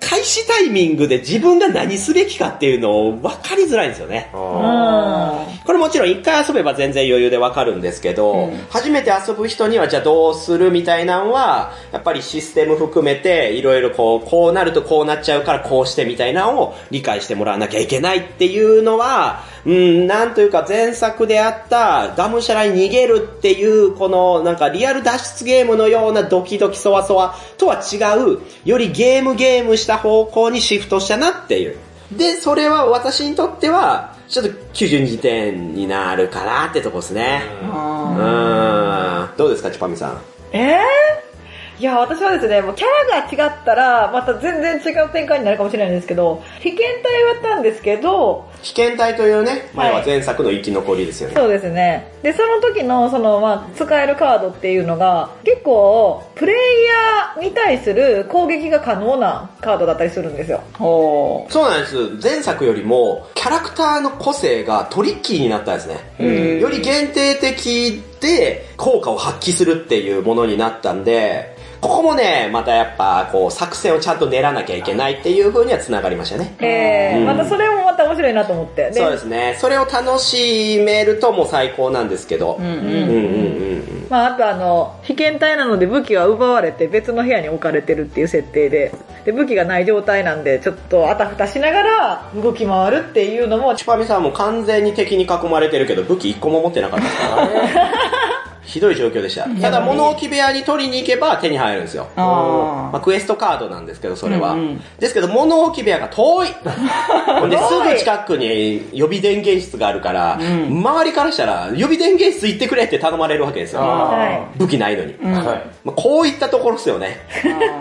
開始タイミングで自分が何すべきかっていうのを分かりづらいんですよね。
あ
これもちろん一回遊べば全然余裕でわかるんですけど、
うん
初めて遊ぶ人にはじゃあどうするみたいなのは、やっぱりシステム含めていろいろこう、こうなるとこうなっちゃうからこうしてみたいなのを理解してもらわなきゃいけないっていうのは、うん、なんというか前作であったがむしゃらに逃げるっていう、このなんかリアル脱出ゲームのようなドキドキそわそわとは違う、よりゲームゲームした方向にシフトしたなっていう。で、それは私にとっては、ちょっと92点になるかなってとこですね。う
あ
ーん。どうですか、チュパミさん。
えー、いや、私はですね、もうキャラが違ったら、また全然違う展開になるかもしれないんですけど、被験体はあったんですけど、
被験体というね、前は
はい
前作の生き残りですよね。
そうですね。で、その時の、その、まあ、使えるカードっていうのが、結構、プレイヤーに対する攻撃が可能なカードだったりするんですよ。
あ。おー。
そうなんです。前作よりも、キャラクターの個性がトリッキーになったんです
う
ね。
ん
より限定的で、効果を発揮するっていうものになったんで、ここもね、またやっぱ、こう、作戦をちゃんと練らなきゃいけないっていう風には繋がりましたね。
え
う
ー、
ん
またそれもまた面白いなと思って。
そうですね。それを楽しめるともう最高なんですけど。
うん
うん
うん。
うんうん
まあ、あとあの、被験体なので武器は奪われて別の部屋に置かれてるっていう設定で、で、武器がない状態なんで、ちょっとあたふたしながら動き回るっていうのも、
チュパミさんはもう完全に敵に囲まれてるけど武器一個も持ってなかったですからね。ひどい状況でした。ただ物置部屋に取りに行けば手に入るんですよ。
あー
まあ、クエストカードなんですけど、それは。
うんうん
ですけど物置部屋が 遠いほんで、すぐ近くに予備電源室があるから、
ん
周りからしたら予備電源室行ってくれって頼まれるわけですよ。
あ
はい
武器ないのに。
ーはい
まあ、こういったところですよね。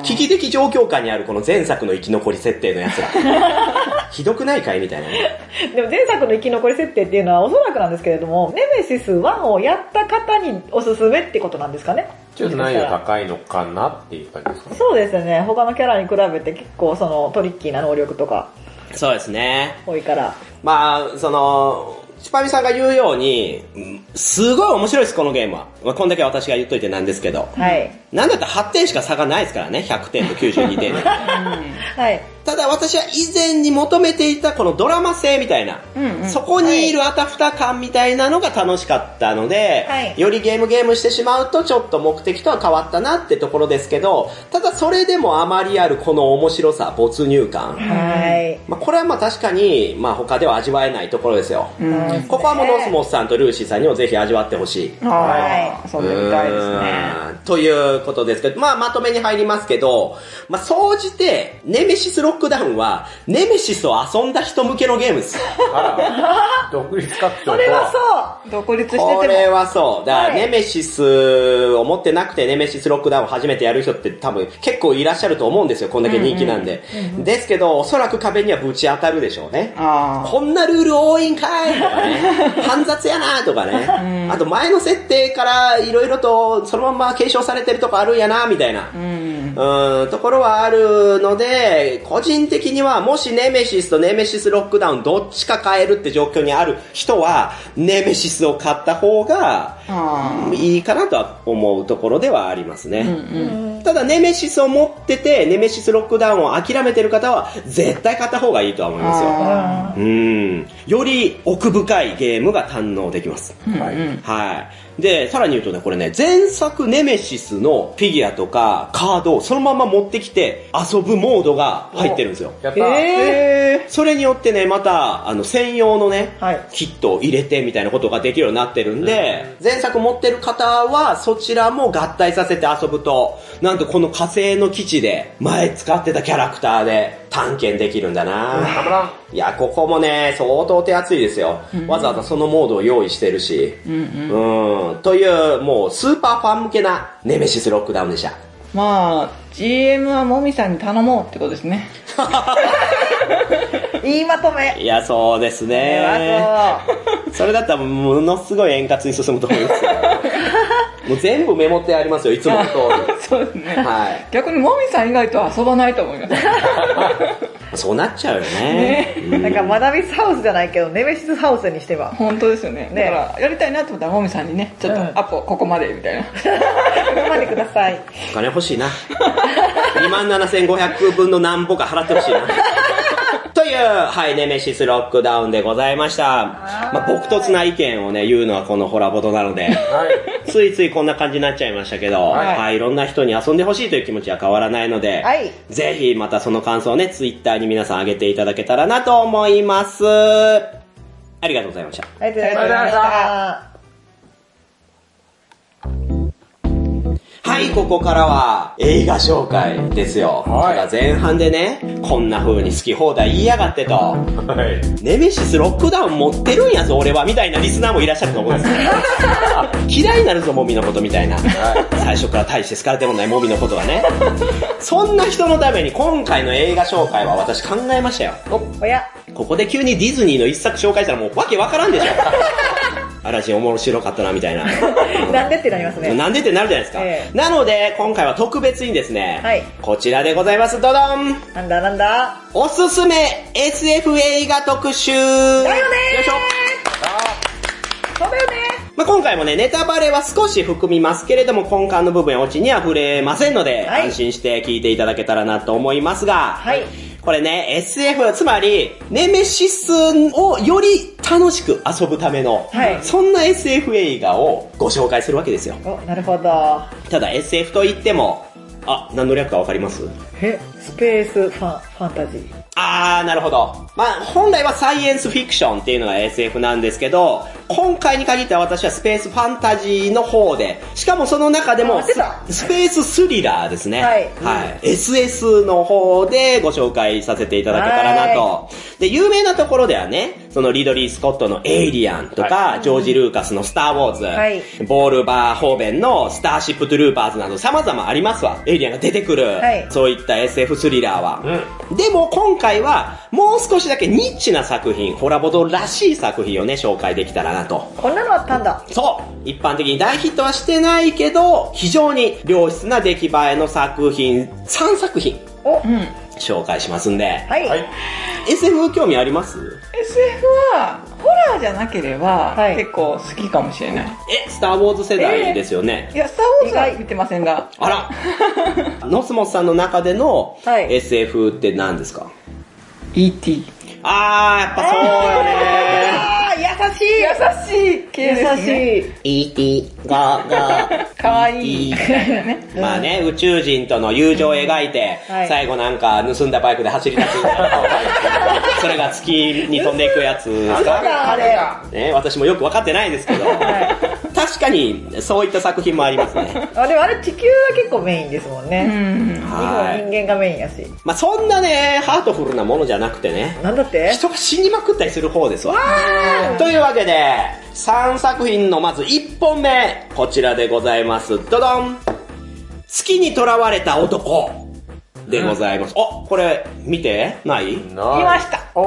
危機的状況下にあるこの前作の生き残り設定のやつら。 ひどくないかいみたいなね。
でも前作の生き残り設定っていうのはおそらくなんですけれども、ネメシス1をやった方におすすめってことなんですかね。
ちょっと難易度高いのかなっていう感じですかね。
そうですね。他のキャラに比べて結構そのトリッキーな能力とか
そうですね。
多いから。
まあ、その、チュパミさんが言うように、うんすごい面白いです、このゲームは。まあ、こんだけ私が言っといてなんですけど。
はい。
なんだったら8点しか差がないですからね、100点と92点で。
はい。
ただ私は以前に求めていたこのドラマ性みたいな、
うんうん
そこにいるあたふた感みたいなのが楽しかったので、
はい
よりゲームゲームしてしまうとちょっと目的とは変わったなってところですけど、ただそれでもあまりあるこの面白さ、没入感。
はい。
まあ、これはまあ確かに、まあ他では味わえないところですよ。
うん。
ここはもうノスモスさんとルーシーさんにもぜひ味わってほしい。
あー。遊んでみたいですね。
うーんということですけど、まあまとめに入りますけど、まあ総じて、ネメシスロックダウンは、ネメシスを遊んだ人向けのゲーム です。
あら、独立拡張とは。
それは
独立してても
こ。れはそう。だから、
はい
ネメシスを持ってなくて、ネメシスロックダウンを初めてやる人って多分結構いらっしゃると思うんですよ。こんだけ人気なんで。ですけど、おそらく壁にはぶち当たるでしょうね。
あ
こんなルール多いんかいとかね。煩雑やなとかね。あと前の設定からいろいろとそのまま継承されてるとこあるんやなみたいな。
あ。うん。
うん、ところはあるので、個人的にはもしネメシスとネメシスロックダウンどっちか変えるって状況に現ある人は、ネメシスを買った方が
あ
いいかなとは思うところではありますね。
あ。うんうん。
ただ、ネメシスを持ってて、ネメシスロックダウンを諦めてる方は、絶対買った方がいいとは思いますよ。
あ
うん。より奥深いゲームが堪能できます。
あ。うん
はい
うん。
はい。で、さらに言うとね、これね、前作ネメシスのフィギュアとかカードをそのまま持ってきて遊ぶモードが入ってるんですよ。
やったー、
え
それによってね、また、あの、専用のね、
はい
キットを入れてみたいなことができるようになってるんで、前作持ってる方は、そちらも合体させて遊ぶと、なんとこの火星の基地で、前使ってたキャラクターで探検できるんだな
たまらん。
いや、ここもね、相当手厚いですよ。わざわざそのモードを用意してるし。うん、うん。という、もう、スーパーファン向けな、ネメシスロックダウンでした。
まあ、GM はもみさんに頼もうってことですね。
ー、言いまとめ。
いや、そうですね。
偉そう
それだったら、ものすごい円滑に進むと思います よ。もう全部メモってありますよ、いつもの通
そうですね。
り。はい。
逆にもみさん以外とは遊ばないと思います。
そうなっちゃうよね
ね。
うん
なんか、マダミスハウスじゃないけど、ネメシスハウスにしては。
本当ですよね。
ね
だから、やりたいなと思ったらもみさんにね、ちょっ
うん
とアポここまでみたいな。
ここまでください。
お金欲しいな。27,500分の何歩か払ってほしいな。という、はい、ネメシスロックダウンでございました。まあ、僕とつな意見をね、言うのはこのホラボトなので、
はい。
ついついこんな感じになっちゃいましたけど、
は
はいい、い、ろんな人に遊んでほしいという気持ちは変わらないので、
はい
ぜひまたその感想をね、ツイッターに皆さん上げていただけたらなと思います。ありがとうございました。
ありがとうございました。
はい、ここからは映画紹介ですよ。
はい
ただ前半でね、こんな風に好き放題言いやがってと、
はい。
ネメシスロックダウン持ってるんやぞ俺は、みたいなリスナーもいらっしゃると思うん ですよ。嫌いになるぞ、モミのことみたいな。最初から大して好かれてもないモミのことはね。そんな人のために今回の映画紹介は私考えましたよ。
おや、
ここで急にディズニーの一作紹介したらもうわけわから んでしょ。アラジン面白かったな、みたいな。
なんでってなりますね。
なんでってなるじゃないですか。
ええ
なので、今回は特別にですね、
はい
こちらでございます、ドドン
なんだなんだ
おすすめ SF 映画特集だよ
だよねー
よいしょ
そうだよね
まあ、今回もね、ネタバレは少し含みますけれども、根幹の部分やオチには触れませんので、
はい
安心して聞いていただけたらなと思いますが、
はい
これね、SF、つまり、ネメシスをより楽しく遊ぶための、
はい
そんな SF 映画をご紹介するわけですよ。
お、なるほど。
ただ SF と言っても、あ、何の略かわかります
え、スペースファン、ファンタジー。
あー、なるほど。まあ、本来はサイエンスフィクションっていうのが SF なんですけど、今回に限っては私はスペースファンタジーの方で、しかもその中でも
あ出た
ス、スペーススリラーですね。
はい
はい。SS の方でご紹介させていただけたらなと。で、有名なところではね、そのリドリー・スコットのエイリアンとか、ジョージ・ルーカスのスター・ウォーズ、
はい
ボールバー・ホーベンのスターシップ・トゥルーパーズなど様々ありますわ。エイリアンが出てくる、
はい
そういった SF スリラーは。でも今回はもう少しだけニッチな作品、ホラボドらしい作品をね、紹介できたらなと。
こんなのあったんだ。
そう一般的に大ヒットはしてないけど、非常に良質な出来栄えの作品、3作品
お、
うん。
紹介しますんで。
はい。
はい。
SF 興味あります
SF は、ホラーじゃなければ、
はい
結構好きかもしれない。
え、スターウォーズ世代ですよね。
いや、スターウォーズ
意
は
外
見てませんが、
あ らノスモスさんの中での
はい
SF って何ですか、
E.T.
あー、やっぱそうよ ね
あー、優しい
優しい系ですね。
優しい。
E.T. が、 が、
かわいいみたいなね。
まあね、宇宙人との友情を描いて、
はい
最後なんか盗んだバイクで走り出すみたい な。それが月に飛んでいくやつです
そう
か
だ、あれ。
ね、私もよく分かってないですけど、確かにそういった作品もありますね。
あ、でもあれ地球が結構メイン ですもん
う
ね。
ん。
日本は
は
人
い。
間がメインやし。
まあそんなね、ハートフルなものじゃなくてね、
なんだって
人が死にまくったりする方ですわ。というわけで、3作品のまず1本目、こちらでございます。ドドン月に囚われた男でございます。あ、これ、見てない
な
見ました。
お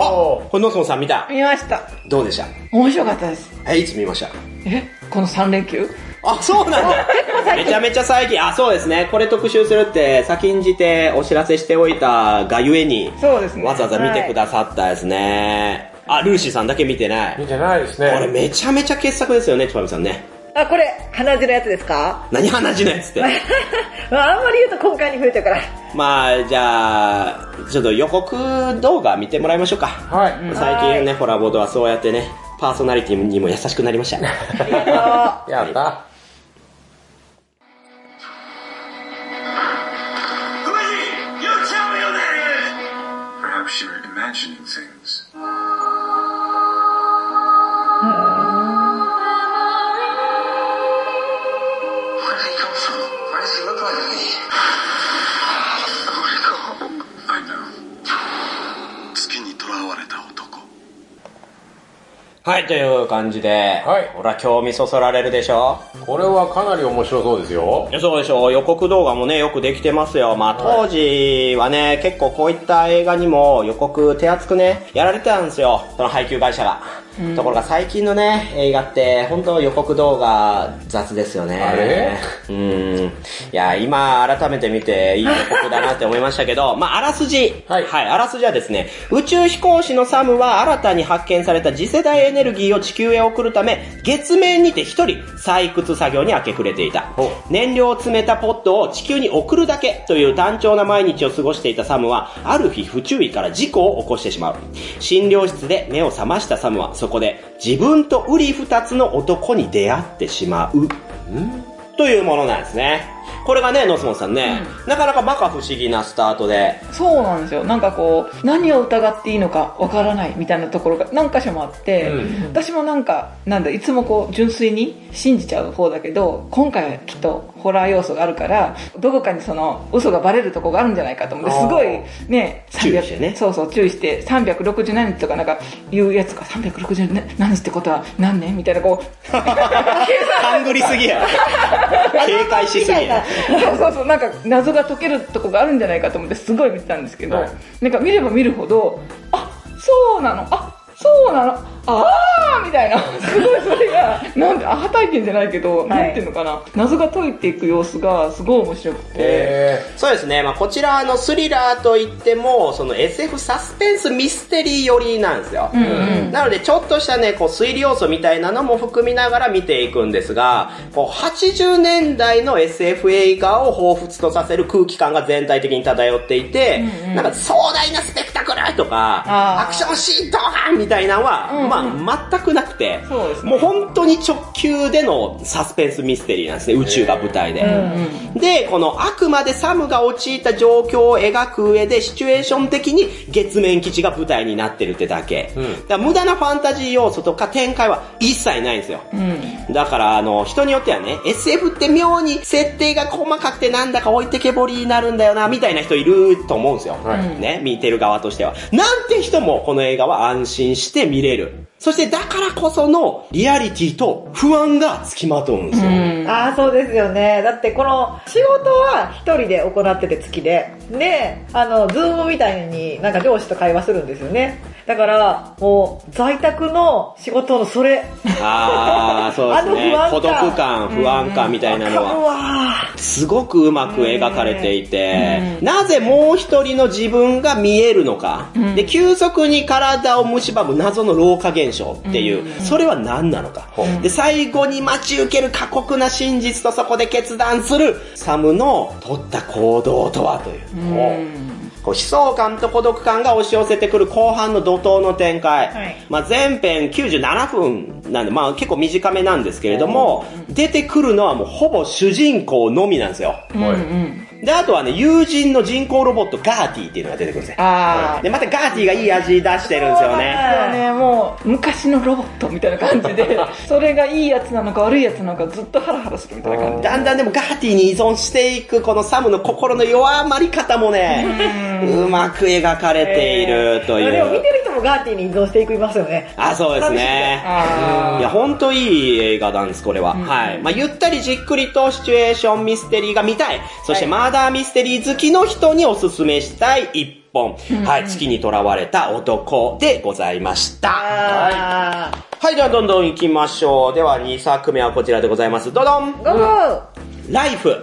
あ、これノスモさん見た
見ました。
どうでした
面白かったです。
え、いつ見ました
えこの3連休
あ、そうなんだ。めちゃめちゃ最近、あ、そうですね。これ特集するって、先んじてお知らせしておいたがゆえに、
そうですね。
わざわざ見てくださったですね。あ、ルーシーさんだけ見てない。
見てないです ね。
これめちゃめちゃ傑作ですよね、チュパミさんね。
あ、これ、鼻血のやつですか
何話しないっつって。
まあ、あんまり言うと今回に増えちゃうから。
まあ、じゃあ、ちょっと予告動画見てもらいましょうか。
はい。
最近ね、ホラボードはそうやってね、パーソナリティにも優しくなり ました。
ありが
やった。
Who is he? You tell me who that is! Perhaps you are imagining things.
はい、という感じで、
はい
ほら、興味そそられるでしょ
これはかなり面白そうですよ
い。やそうでしょう。予告動画もね、よくできてますよ。まあ、当時はね、結構こういった映画にも予告手厚くね、やられてたんですよ。その配給会社が。ところが最近のね、映画って、本当予告動画雑ですよね。
あれ
うん。いや、今改めて見て、いい予告だなって思いましたけど、まあ、あらすじ。
はい
はい、あらすじはですね、宇宙飛行士のサムは新たに発見された次世代エネルギーを地球へ送るため、月面にて一人採掘作業に明け暮れていた
お。
燃料を詰めたポットを地球に送るだけという単調な毎日を過ごしていたサムは、ある日不注意から事故を起こしてしまう。診療室で目を覚ましたサムは、そこで自分とウリ二つの男に出会ってしまう。というものなんですね。これがね、ノスモンさんね、なかなかバカ不思議なスタートで、
そうなんですよ。なんかこう、何を疑っていいのかわからないみたいなところが何箇所もあって、
うん
私もなんか、なんだ、いつもこう、純粋に信じちゃう方だけど、今回はきっとホラー要素があるから、どこかにその、嘘がバレるとこがあるんじゃないかと思って、すご
あ
い、ね、300
注意してね
そうそう、注意して、360何日とかなんか言うやつか、360何日ってことは何年みたいなこう、
ハングリすぎ や。警戒しすぎや。
そうそうそうなんか謎が解けるとこがあるんじゃないかと思ってすごい見てたんですけど、
はい
なんか見れば見るほどあそうなのあそうなのああみたいなすごいそれがなんでアハ体験じゃないけど、
い
なんていうのかな謎が解いていく様子がすごい面白くて。
え
そうですね、まあ、こちらあのスリラーといってもその SF サスペンスミステリー寄りなんですよ、
うんうん
なのでちょっとしたねこう推理要素みたいなのも含みながら見ていくんですがこう80年代の SF 映画を彷彿とさせる空気感が全体的に漂っていて、なんか壮大なスペクタクルとか
あー
アクションシーンドーンみたいなのは、
うん
まあ、全くなくて
そうですね
もう本当に直球でのサスペンスミステリーなんですね宇宙が舞台で。で、このあくまでサムが陥った状況を描く上で、シチュエーション的に月面基地が舞台になってるってだけ。
うん
だから無駄なファンタジー要素とか展開は一切ないんですよ。
うん
だから、あの、人によってはね、SF って妙に設定が細かくてなんだか置いてけぼりになるんだよな、みたいな人いると思うんですよ。
はい
ね、見てる側としては。なんて人もこの映画は安心して見れる。そしてだからこそのリアリティと不安が付きまとうんですよ。
うん
ああ、そうですよね。だってこの仕事は一人で行ってて月で。で、あの、ズームみたいになんか上司と会話するんですよね。だから、もう在宅の仕事のそれ、
ああ、そうですね
あ。
孤
の不安感
独感、不安感みたいなの
かも
は、
わー
すごくうまく描かれていて、なぜもう一人の自分が見えるのか、で、急速に体を蝕む謎の老化現象っていう、それは何なのか。で、最後に待ち受ける過酷な真実とそこで決断する、サムの取った行動とはという。こう悲壮感と孤独感が押し寄せてくる後半の怒涛の展開、
はい
まあ、前編97分なんで、まあ、結構短めなんですけれども、出てくるのはもうほぼ主人公のみなんですよ
ーはい
であとはね友人の人工ロボットガーティっていうのが出てくるんですよ
ああ
でまたガーティがいい味出してるんですよね
そうね、もう昔のロボットみたいな感じでそれがいいやつなのか悪いやつなのかずっとハラハラするみたいな感じ
だんだんでもガーティに依存していくこのサムの心の弱まり方もねうまく描かれているという、
でも見てる人もガーティに依存していきますよね。
あ、そうですね。
あー
いや、ほんといい映画なんです、これは。はい。まあ、ゆったりじっくりとシチュエーションミステリーが見たい。そして、マーダーミステリー好きの人におすすめしたい一本。はい。月に囚われた男でございました。はい。
あ
はい、ではどんどん行きましょう。では、2作目はこちらでございます。どどん
ー。ゴーゴー
ライフ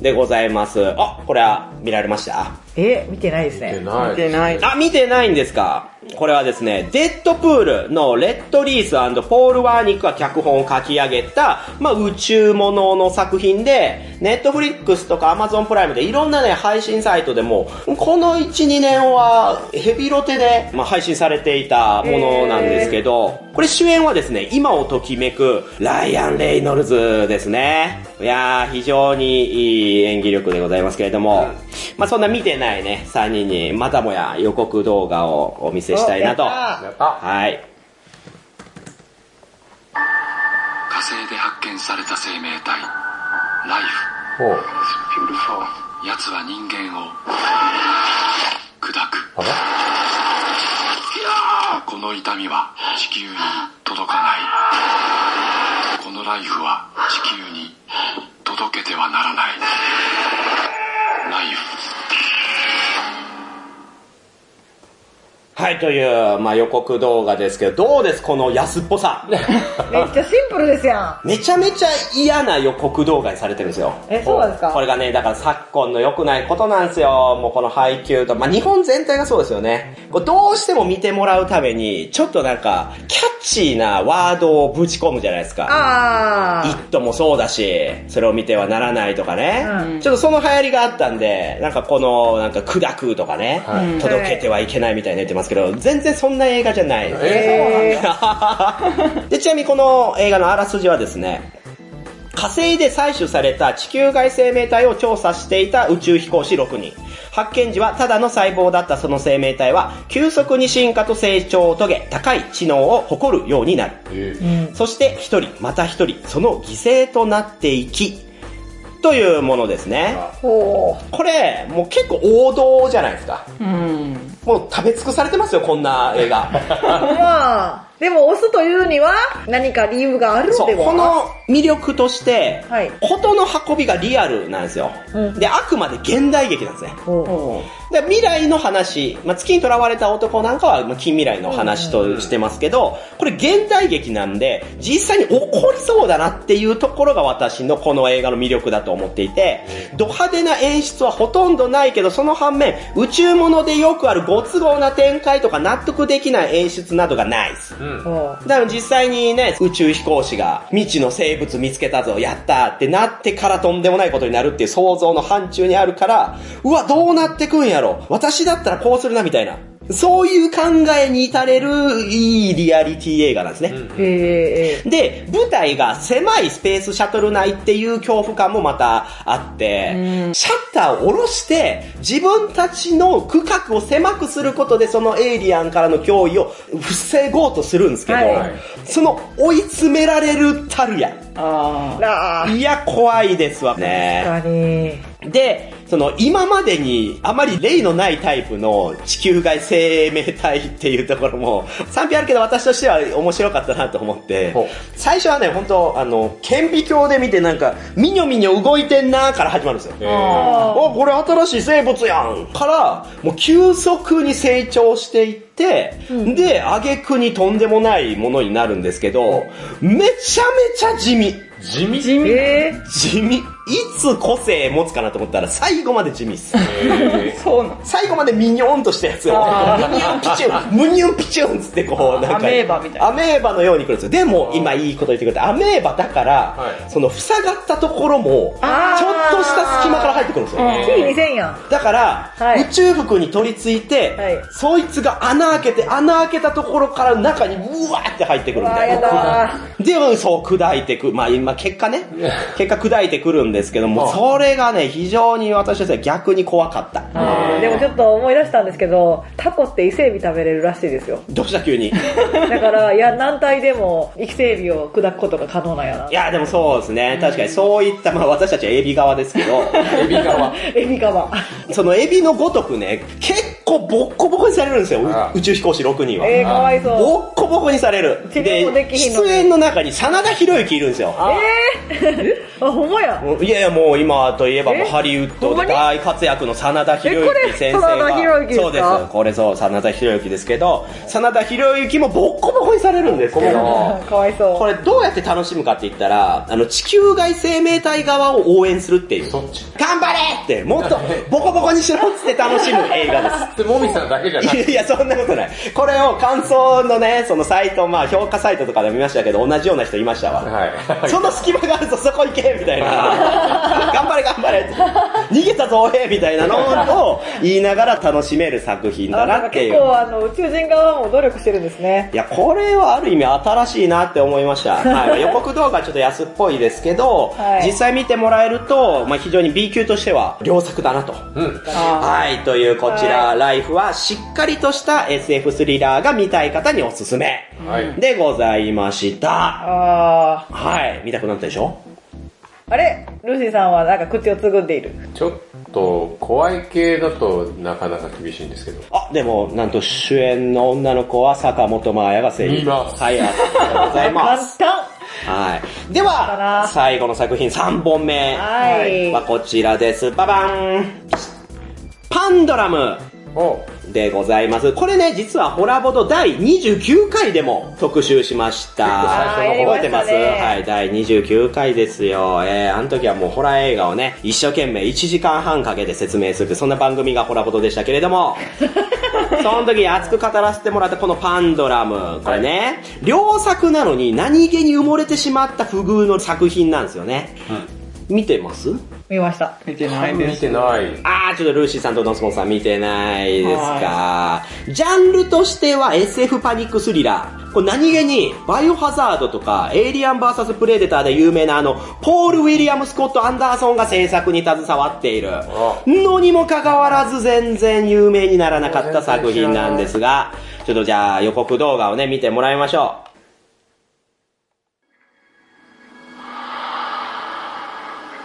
でございます。あ、これは見られました
え、見てないです
見て
ね。
ない。
見てない
あ、見てないんですかこれはですね、デッドプールのレッドリースポール・ワーニックが脚本を書き上げた、まあ、宇宙ものの作品で、ネットフリックスとかアマゾンプライムでいろんなね、配信サイトでも、この1、2年はヘビロテで、まあ、配信されていたものなんですけど、これ主演はですね、今をときめく、ライアン・レイノルズですね。いやー、非常にいい演技力でございますけれども、まあ、そんな見てないね、3人に、またもや予告動画をお見せしたいなと。
おやった
やった。
はい。
火星で発見された生命体ライフ
ほう。
奴は人間を砕く
あら
この痛みは地球に届かないこのライフは地球に届けてはならないライフ
はい、という、まあ、予告動画ですけど、どうですこの安っぽ さ。
めっちゃシンプルですや
めちゃめちゃ嫌な予告動画にされてるんですよ。
ん。え、そうなんですか
これがね、だから昨今の良くないことなんですよ。もうこの配給と、まあ、日本全体がそうですよね。こうどうしても見てもらうために、ちょっとなんか、キャッチーなワードをぶち込むじゃないですか。イ
あ
ットもそうだし、それを見てはならないとかね。
うん
ちょっとその流行りがあったんで、なんかこの、なんか砕くとかね、
はい
うん
届けてはいけないみたいに言ってますけど、全然そんな映画じゃない。
ー。えー、
で、ちなみにこの映画のあらすじはですね、火星で採取された地球外生命体を調査していた宇宙飛行士6人。発見時はただの細胞だったその生命体は、急速に進化と成長を遂げ、高い知能を誇るようになる。
え
う
ー
ん。
そして一人、また一人、その犠牲となっていき、というものですね。
ほう。
これ、もう結構王道じゃないですか。
うん。
もう食べ尽くされてますよ、こんな映画。
まあ、でも押すというには何か理由があるの
そ
で
う、
は
この魅力として、
はい
ことの運びがリアルなんですよ。
うん
で、あくまで現代劇なんですね。
ほ
おう
で未来の話、まあ、月に囚われた男なんかはまあ近未来の話としてますけど、これ現代劇なんで、実際に起こりそうだなっていうところが私のこの映画の魅力だと思っていて、ド派手な演出はほとんどないけど、その反面、宇宙物でよくあるご都合な展開とか納得できない演出などがないです。
う。
うんほ
だから実際にね、宇宙飛行士が未知の生物見つけたぞ、やったーってなってからとんでもないことになるっていう想像の範疇にあるから、うわ、どうなってくんやろ私だったらこうするな、みたいな。そういう考えに至れる、いいリアリティ映画なんですね。
う。えー、
で、
え
舞台が狭いスペースシャトル内っていう恐怖感もまたあって、シャッターを下ろして、自分たちの区画を狭くすることで、そのエイリアンからの脅威を防ごうとするんですけど、
はい
その追い詰められるたるや。
あ
ー、なあー。
いや、怖いですわね。
確かに。
で、その今までにあまり例のないタイプの地球外生命体っていうところも賛否あるけど私としては面白かったなと思って
ほう、
最初はね、本当あの、顕微鏡で見てなんか、みにょみにょ動いてんなーから始まるんですよ。
えー
あ、これ新しい生物やんから、もう急速に成長していって、で、挙句にとんでもないものになるんですけど、めちゃめちゃ地味。
地味
地味
えー、
地味。いつ個性持つかなと思ったら最後まで地味っす。
え
そうなん
最後までミニョンとしたやつを、ミニョンピチュン、ムニョンピチュンっつってこう、なんか、
アメーバみたいな
アメーバのように来るんですよ。でも、今いいこと言ってくれた。アメーバだから、
はい
その塞がったところも、ちょっと
あー
した隙間から入ってくるんですよ。
T2000 やん。
だから、
はい
宇宙服に取り付いて、
はい
そいつが穴開けて、穴開けたところから中にうわーって入ってくるみ
わあ、
たい
や
な。
だー。
で、うんそう、砕いてく、まあ今、結果ね、結果砕いてくるんですけども、
はい
それがね、非常に私としては逆に怖かった。
あーでもちょっと思い出したんですけど、タコって伊勢海老食べれるらしいですよ。
どうした急に。。
だから、いや、軟体でも伊勢海老を砕くことが可能なんやない
や、でもそうですね。確かにそういった、まあ私たちはエビ側ですけど、
ー、エビ側。
エビカバ。
そのエビのごとくね、結構ボッコボコにされるんですよ、
あ
う宇宙飛行士6人は。
えー、かわいそう。
ボッコボコにされる。
治療もできひんのに
出演の中に真田広之いるんですよ。
えー、あ、ほんまや。
いやいやもう今といえばもう
え
ハリウッド
ほ
で
んまに
大活躍の真田広
えこ
之
れ
先生が
真田広之ですか
そうですこれそう真田広之ですけど真田広之もボッコボコにされるんですけど
かわいそう。
これどうやって楽しむかって言ったら、あの、地球外生命体側を応援するっていう。
そっち
頑張れって、も っとボコボコにしろっつって楽しむ映画です。
で、もみさんだけじゃなく
い
て、
やいや、そんなことない。これを感想のね、そのサイト、まあ評価サイトとかで見ましたけど、同じような人いましたわ。
はい。
その隙間があるとそこ行けみたいな。 頑張れ頑張れって。逃げたぞ、おへみたいなの を言いながら楽しめる作品だ
あな
なん
か
ってい
結
う。
構あの宇宙人側も努力してるんですね。
いや、これはある意味新しいなって思いました。はい、予告動画ちょっと安っぽいですけど、
はい
実際見てもらえると、まあ、非常に B 級としては良作だなと。
うん。
あ
はい、というこちら、ライフはしっかりとした SF スリラーが見たい方におすすめ
はい。
でございました。
あ
はい、見たくなったでしょ
ーあれルーシーさんはなんか口をつぐんでいる。
ちょっと、怖い系だとなかなか厳しいんですけど。
あ、でも、なんと主演の女の子は坂本真綾が声優。
見ます
はい、ありがとうございま
簡
す。
単
はい。で
だな
は、最後の作品3本目。
はい
まあ、こちらです。ババンパンドラム
お
でございます。これね、実はホラボド第29回でも特集しました。
あーやりま
覚え
してたね
ます、はい、第29回ですよ。えー、あの時はもうホラー映画をね、一生懸命1時間半かけて説明する、そんな番組がホラボドでしたけれど も、その時に熱く語らせてもらったこのパンドラム、これね、良作なのに何気に埋もれてしまった不遇の作品なんですよね。見てます
見ました。
見てないで
見
す
てない。
あー、ちょっとルーシーさんとノスモンさん見てないですか。ジャンルとしては SF パニックスリラー。これ何気に、バイオハザードとか、エイリアン VS プレデターで有名なあの、ポール・ウィリアム・スコット・アンダーソンが制作に携わっている。のにもかかわらず全然有名にならなかった作品なんですが、ちょっとじゃあ予告動画をね、見てもらいましょう。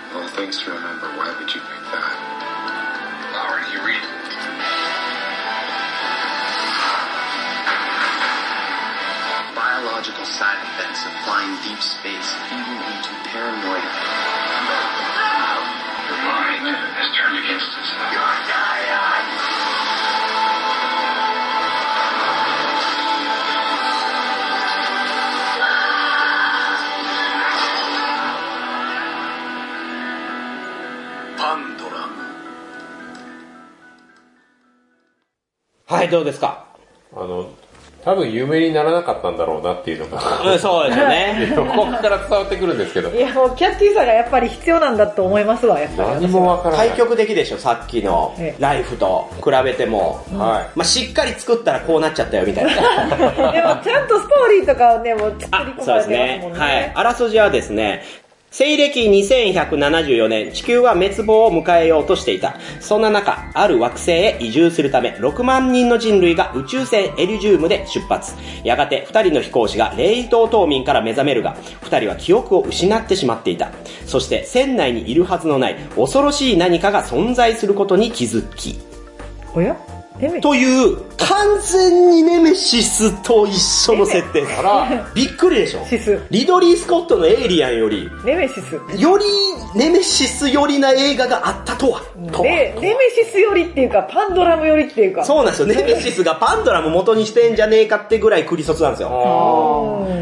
Well, thanks to remember. Why would you think that? Lauren, you read. Biological side effects of flying deep space even lead to paranoia. Your mind has turned against us. You're dying. Pandora.
はい、どうですか
あの、多分有名にならなかったんだろうなっていうのが、
うん、そうですよ ね。
ここから伝わってくるんですけど
い、やもうキャッチーさがやっぱり必要なんだと思いますわやっぱり。
何もわからない。
対極的でしょ、さっきの
ええ
ライフと比べても。
は
まあ、しっかり作ったらこうなっちゃったよみたい な。
でもちゃんとストーリーとかをねもう作り
あ、そ
込
うです
まれてます
ね
もん。ね。
はい。あらすじはですね、西暦2174年、地球は滅亡を迎えようとしていた。そんな中、ある惑星へ移住するため、6万人の人類が宇宙船エリジウムで出発。やがて、2人の飛行士が冷凍島民から目覚めるが、2人は記憶を失ってしまっていた。そして、船内にいるはずのない、恐ろしい何かが存在することに気づき。
おや？デミ
という、完全にネメシスと一緒の設定で
い。
す
あ。ら、
びっくりでしょ
シス。
リドリー・スコットのエイリアンより、
ネメシス。
よりネメシス寄りな映画があったとは。とは
で、ネメシスよりっていうか、パンドラムよりっていうか。
そうなんですよ。ネメシスがパンドラも元にしてんじゃねえかってぐらいクリソツなんですよ。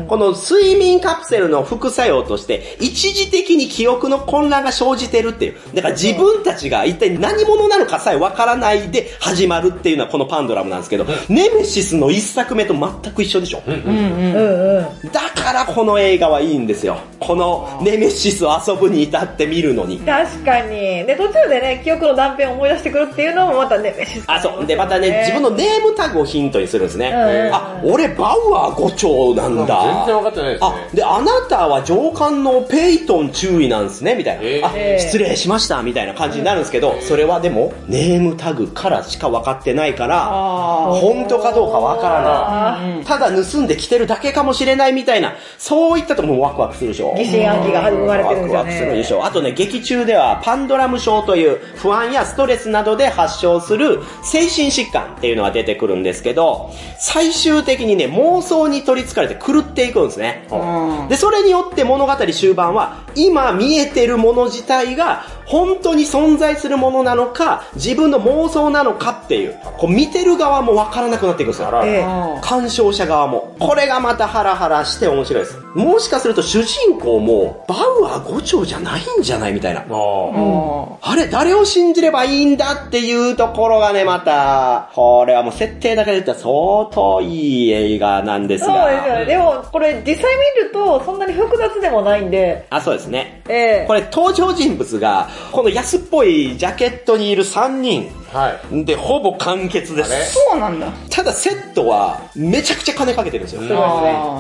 この睡眠カプセルの副作用として、一時的に記憶の混乱が生じてるっていう。だから自分たちが一体何者なのかさえわからないで始まるっていうのはこのパンドラムなんですけど、ネメシスの一作目と全く一緒でしょ。
うんうん。
だからこの映画はいいんですよ。このネメシスを遊ぶに至って見るのに。
確かに。で、途中でね、記憶の断片を思い出してくるっていうのもまたネメシス。
あ、そう。で、またね、自分のネームタグをヒントにするんですね。
うん
あ、俺、バウアー5丁なんだ。
全然分かってないですね
あ、で、あなたは上官のペイトン注意なんですね、みたいな。
え
あ、失礼しました、みたいな感じになるんですけど、それはでも、ネームタグからしか分かってないから、
あー
本当かどうかわからない。ただ盗んできてるだけかもしれないみたいな、そういったとこもワクワクするでしょ。
疑心暗鬼が生まれてるんです
ワ
よ
クワクする
ね
でしょう。あとね、劇中ではパンドラム症という不安やストレスなどで発症する精神疾患っていうのが出てくるんですけど、最終的にね、妄想に取り憑かれて狂っていくんですね。で、それによって物語終盤は、今見えてるもの自体が本当に存在するものなのか、自分の妄想なのかっていう、こう見てる側もわからなくなっていくんですよ。
ら
ええ
鑑賞者側も。これがまたハラハラして面白いです。もしかすると主人公も、バウアー5丁じゃないんじゃないみたいな。
あ
あ
あれ、誰を信じればいいんだっていうところがね、また、これはもう設定だけで言ったら相当いい映画なんです
そうですよ
が。
ね。でも、これ実際見ると、そんなに複雑でもないんで、
あ、そうですね。
ええ
これ登場人物が、この安っぽいジャケットにいる3人
あ。はい。
でほぼ完結で
あれ
す。
そうなんだ。
ただセットはめちゃくちゃ金かけてるんですよ。
そうです
ね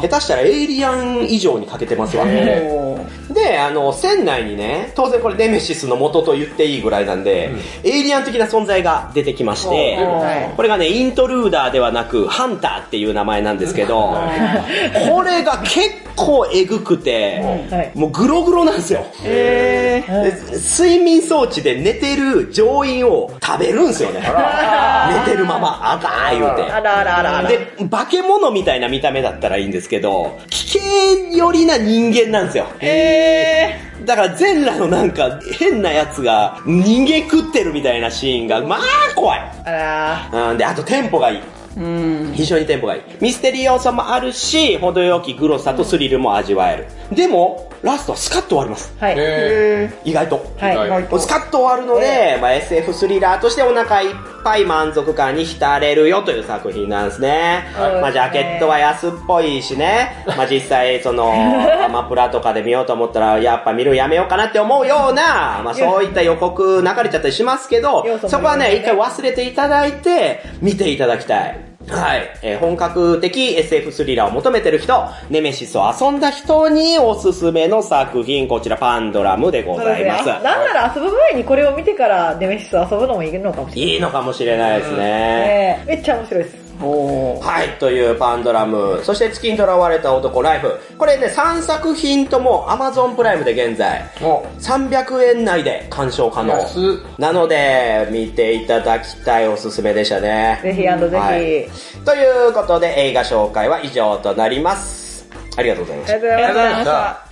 下手したらエイリアン以上にかけてますわ。
へえ
おー
で、あの、船内にね、当然これネメシスの元と言っていいぐらいなんで、エイリアン的な存在が出てきまして、これがね、イントルーダーではなく、ハンターっていう名前なんですけど、これが結構えぐくて、もうグログロなんですよ。
えー
で睡眠装置で寝てる乗員を食べるんですよね。寝てるまま、あかー言うて。
あらあらあらあら。
で、化け物みたいな見た目だったらいいんですけど、危険寄りな人間なんですよ。
え
だから全裸のなんか変なやつが人間食ってるみたいなシーンが、まあ怖い。
あら
うん、で、あとテンポがいい。
ーうん。
非常にテンポがいい。ミステリー要素もあるし、程よきグロさとスリルも味わえる。でも、ラストはスカッと終わります。
はい。
え
え
意外と。
え。
はい。
はい。
スカッと終わるので、まあ、SF スリラーとしてお腹いっぱい満足感に浸れるよという作品なんですね。
はい
まあ、ジャケットは安っぽいしね。まあ、実際、そ の、アマプラとかで見ようと思ったら、やっぱ見るのやめようかなって思うような、まあ、そういった予告流れちゃったりしますけど
要素、も
そこはね、
ね
一回忘れていただいて、見ていただきたい。はい。えー本格的 SF スリラーを求めてる人、ネメシスを遊んだ人におすすめの作品、こちらパンドラムでご
そう
ざ
で
い
すね
ます。
あなんなら遊ぶ前にこれを見てからデメシス遊ぶのもいいのかもしれない。
いいのかもしれないですね。
ええめっちゃ面白いです。
ー、おー
はい、というパンドラム。そして月に囚われた男ライフ。これね、3作品とも Amazon プライムで現在、
も
300円内で鑑賞可能
安っ。
なので、見ていただきたいおすすめでしたね。
ぜひあのぜひ、
はいということで、映画紹介は以上となります。ありがとうございました。
ありがとうございました。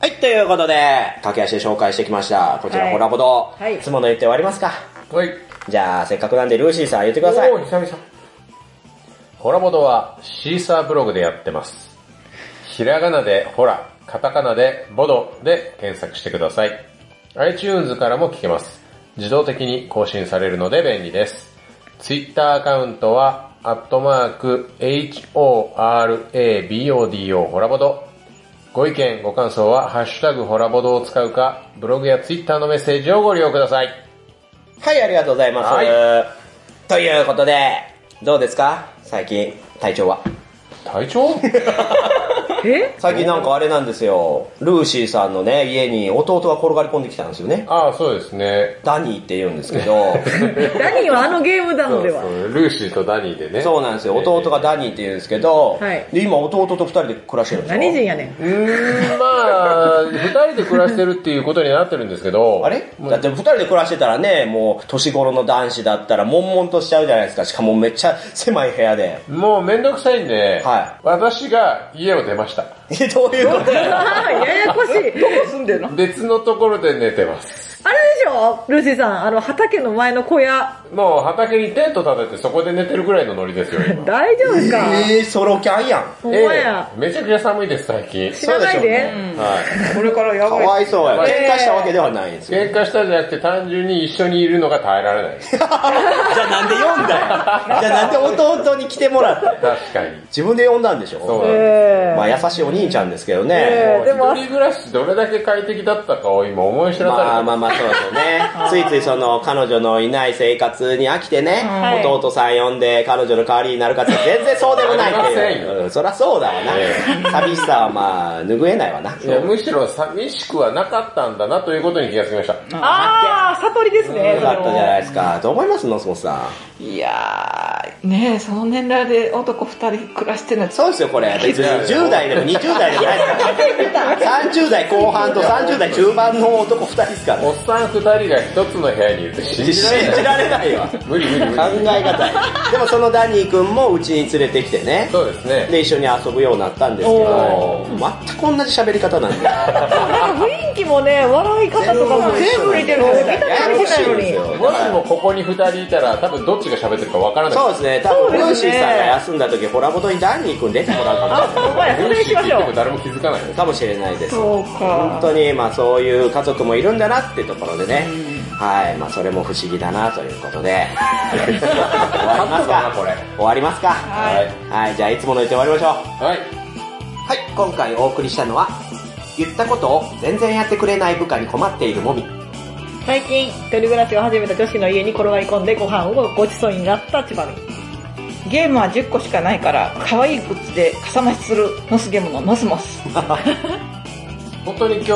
はい、ということで、駆け足で紹介してきました。こちら、
はい
ホラボド。
はい
いつもの言って終わりますか。
う。はい。
じゃあ、せっかくなんで、ルーシーさん言ってく
お
ださい。
ー、久々。ホラボドはシーサーブログでやってます。ひらがなでホラ、カタカナでボドで検索してください。iTunes からも聞けます。自動的に更新されるので便利です。Twitter アカウントは、アットマーク、horabod ホラボド。ご意見、ご感想は、ハッシュタグホラボドを使うか、ブログや Twitter のメッセージをご利用くだ さい。
はい、ありがとうございます。
はい
ということで、どうですか最近、体調は。
隊長
え
最近なんかあれなんですよ。ルーシーさんのね、家に弟が転がり込んできたんですよね。
ああ、そうですね。
ダニーって言うんですけ ど、
ダニーはあのゲームなのでは
そ。うそうルーシーとダニーでね。
そうなんですよ。弟がダニーって言うんですけど、
はい
で今弟と二人で暮らしてるんですよ。
何人 やねん。
うーん、まあ、二人で暮らしてるっていうことになってるんですけど。
あれだって二人で暮らしてたらね、もう年頃の男子だったら悶々としちゃうじゃないですか。しかもめっちゃ狭い部屋で。
もうめんどくさいんで、
は
私が家を出ました。
え、どういうことや
あややこしい。あれで
住んでるの
別のところで寝てます。
しょルーシーさん、あの畑の前の小屋、
もう畑にテント立ててそこで寝てるぐらいのノリですよ、今。
大丈夫か
えー、ソロキャンやん。
ほんまや。
ええめちゃくちゃ寒いです、最近。
知らないで。
はい。
これからや
か
ばい。
わいそうや。
はい
喧嘩したわけではないんですよ。
喧嘩したじゃなくて単純に一緒にいるのが耐えられない。
じゃあなんで読んだよ。じゃあなんで弟に来てもらって。
確かに。
自分で読んだんでしょ
そうなんです。
え
まあ優しいお兄ちゃんですけど
え
ね。
でも
一人暮らしどれだけ快適だったかを今思い知らされて
まあまあまあそうですよね。ついついその彼女のいない生活活に飽きてね、
はい
弟さん呼んで彼女の代わりになるかって全然そうでもないって
なり
い
ま
う
せん。よ
うんそりゃそうだわな。
え
寂しさはまあ、拭えないわな。
いやむしろ寂しくはなかったんだなということに気がつきました。
あー、悟りですね。
よかったじゃないですか。どう思いますノスモさん。
いやー、ねえ、その年代で男二人暮らしてるのは
そうですよ、 これ。別に10代でも20代でもないですから。30代後半と30代中盤の男2人ですから。
おっさん二人が一つの部屋にいるって信じられな
られ
い。
ないわ。
無理無理無
考
理。
え方でもそのダニー君もうちに連れてきてね。
そうですね。
で、一緒に遊ぶようになったんですけど
お、
全く同じ喋り方なんで。
なんか雰囲気もね、笑い方とかも全部似てる。見た
や
目見
や
て
こ
な
し
い
い
の
んです
に。
よ。
もしもここに二人いたら、多分どっちが喋ってるかわからない。
そうですね、多分、ム
そう
ー
です
シ
ね
ーさんが休んだ時、ホラボトにダニー君出てもらうかもしれない。
お前、それにしましょ
聞いても
う。
誰も気づかないです。
かもしれないです。
そう
本
か。
当に、まあそういう家族もいるんだなってところでね。はい。まあそれも不思議だなということで。終わりますか
これ。
終わりますか
はい。
はい。じゃあいつもの言って終わりましょう。
はい。
はい。今回お送りしたのは、言ったことを全然やってくれない部下に困っているもみ。
最近、一人暮らしを始めた女子の家に転がり込んでご飯をごちそうになった千葉美。
ゲームは10個しかないから、可愛いグッズでかさ増しする、モスゲームのモスモス。
本当に今日、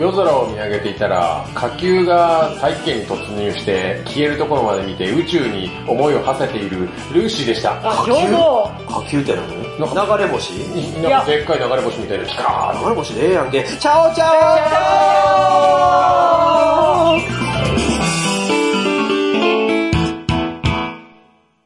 夜空を見上げていたら、火球が大気圏に突入して、消えるところまで見て、宇宙に思いを馳せているルーシーでした。
あ、上手。
火球って何流れ星流
いなんかでっかい流れ星みたいな、ピカーッ
れ星でええやんけ。チャオチャオチャオ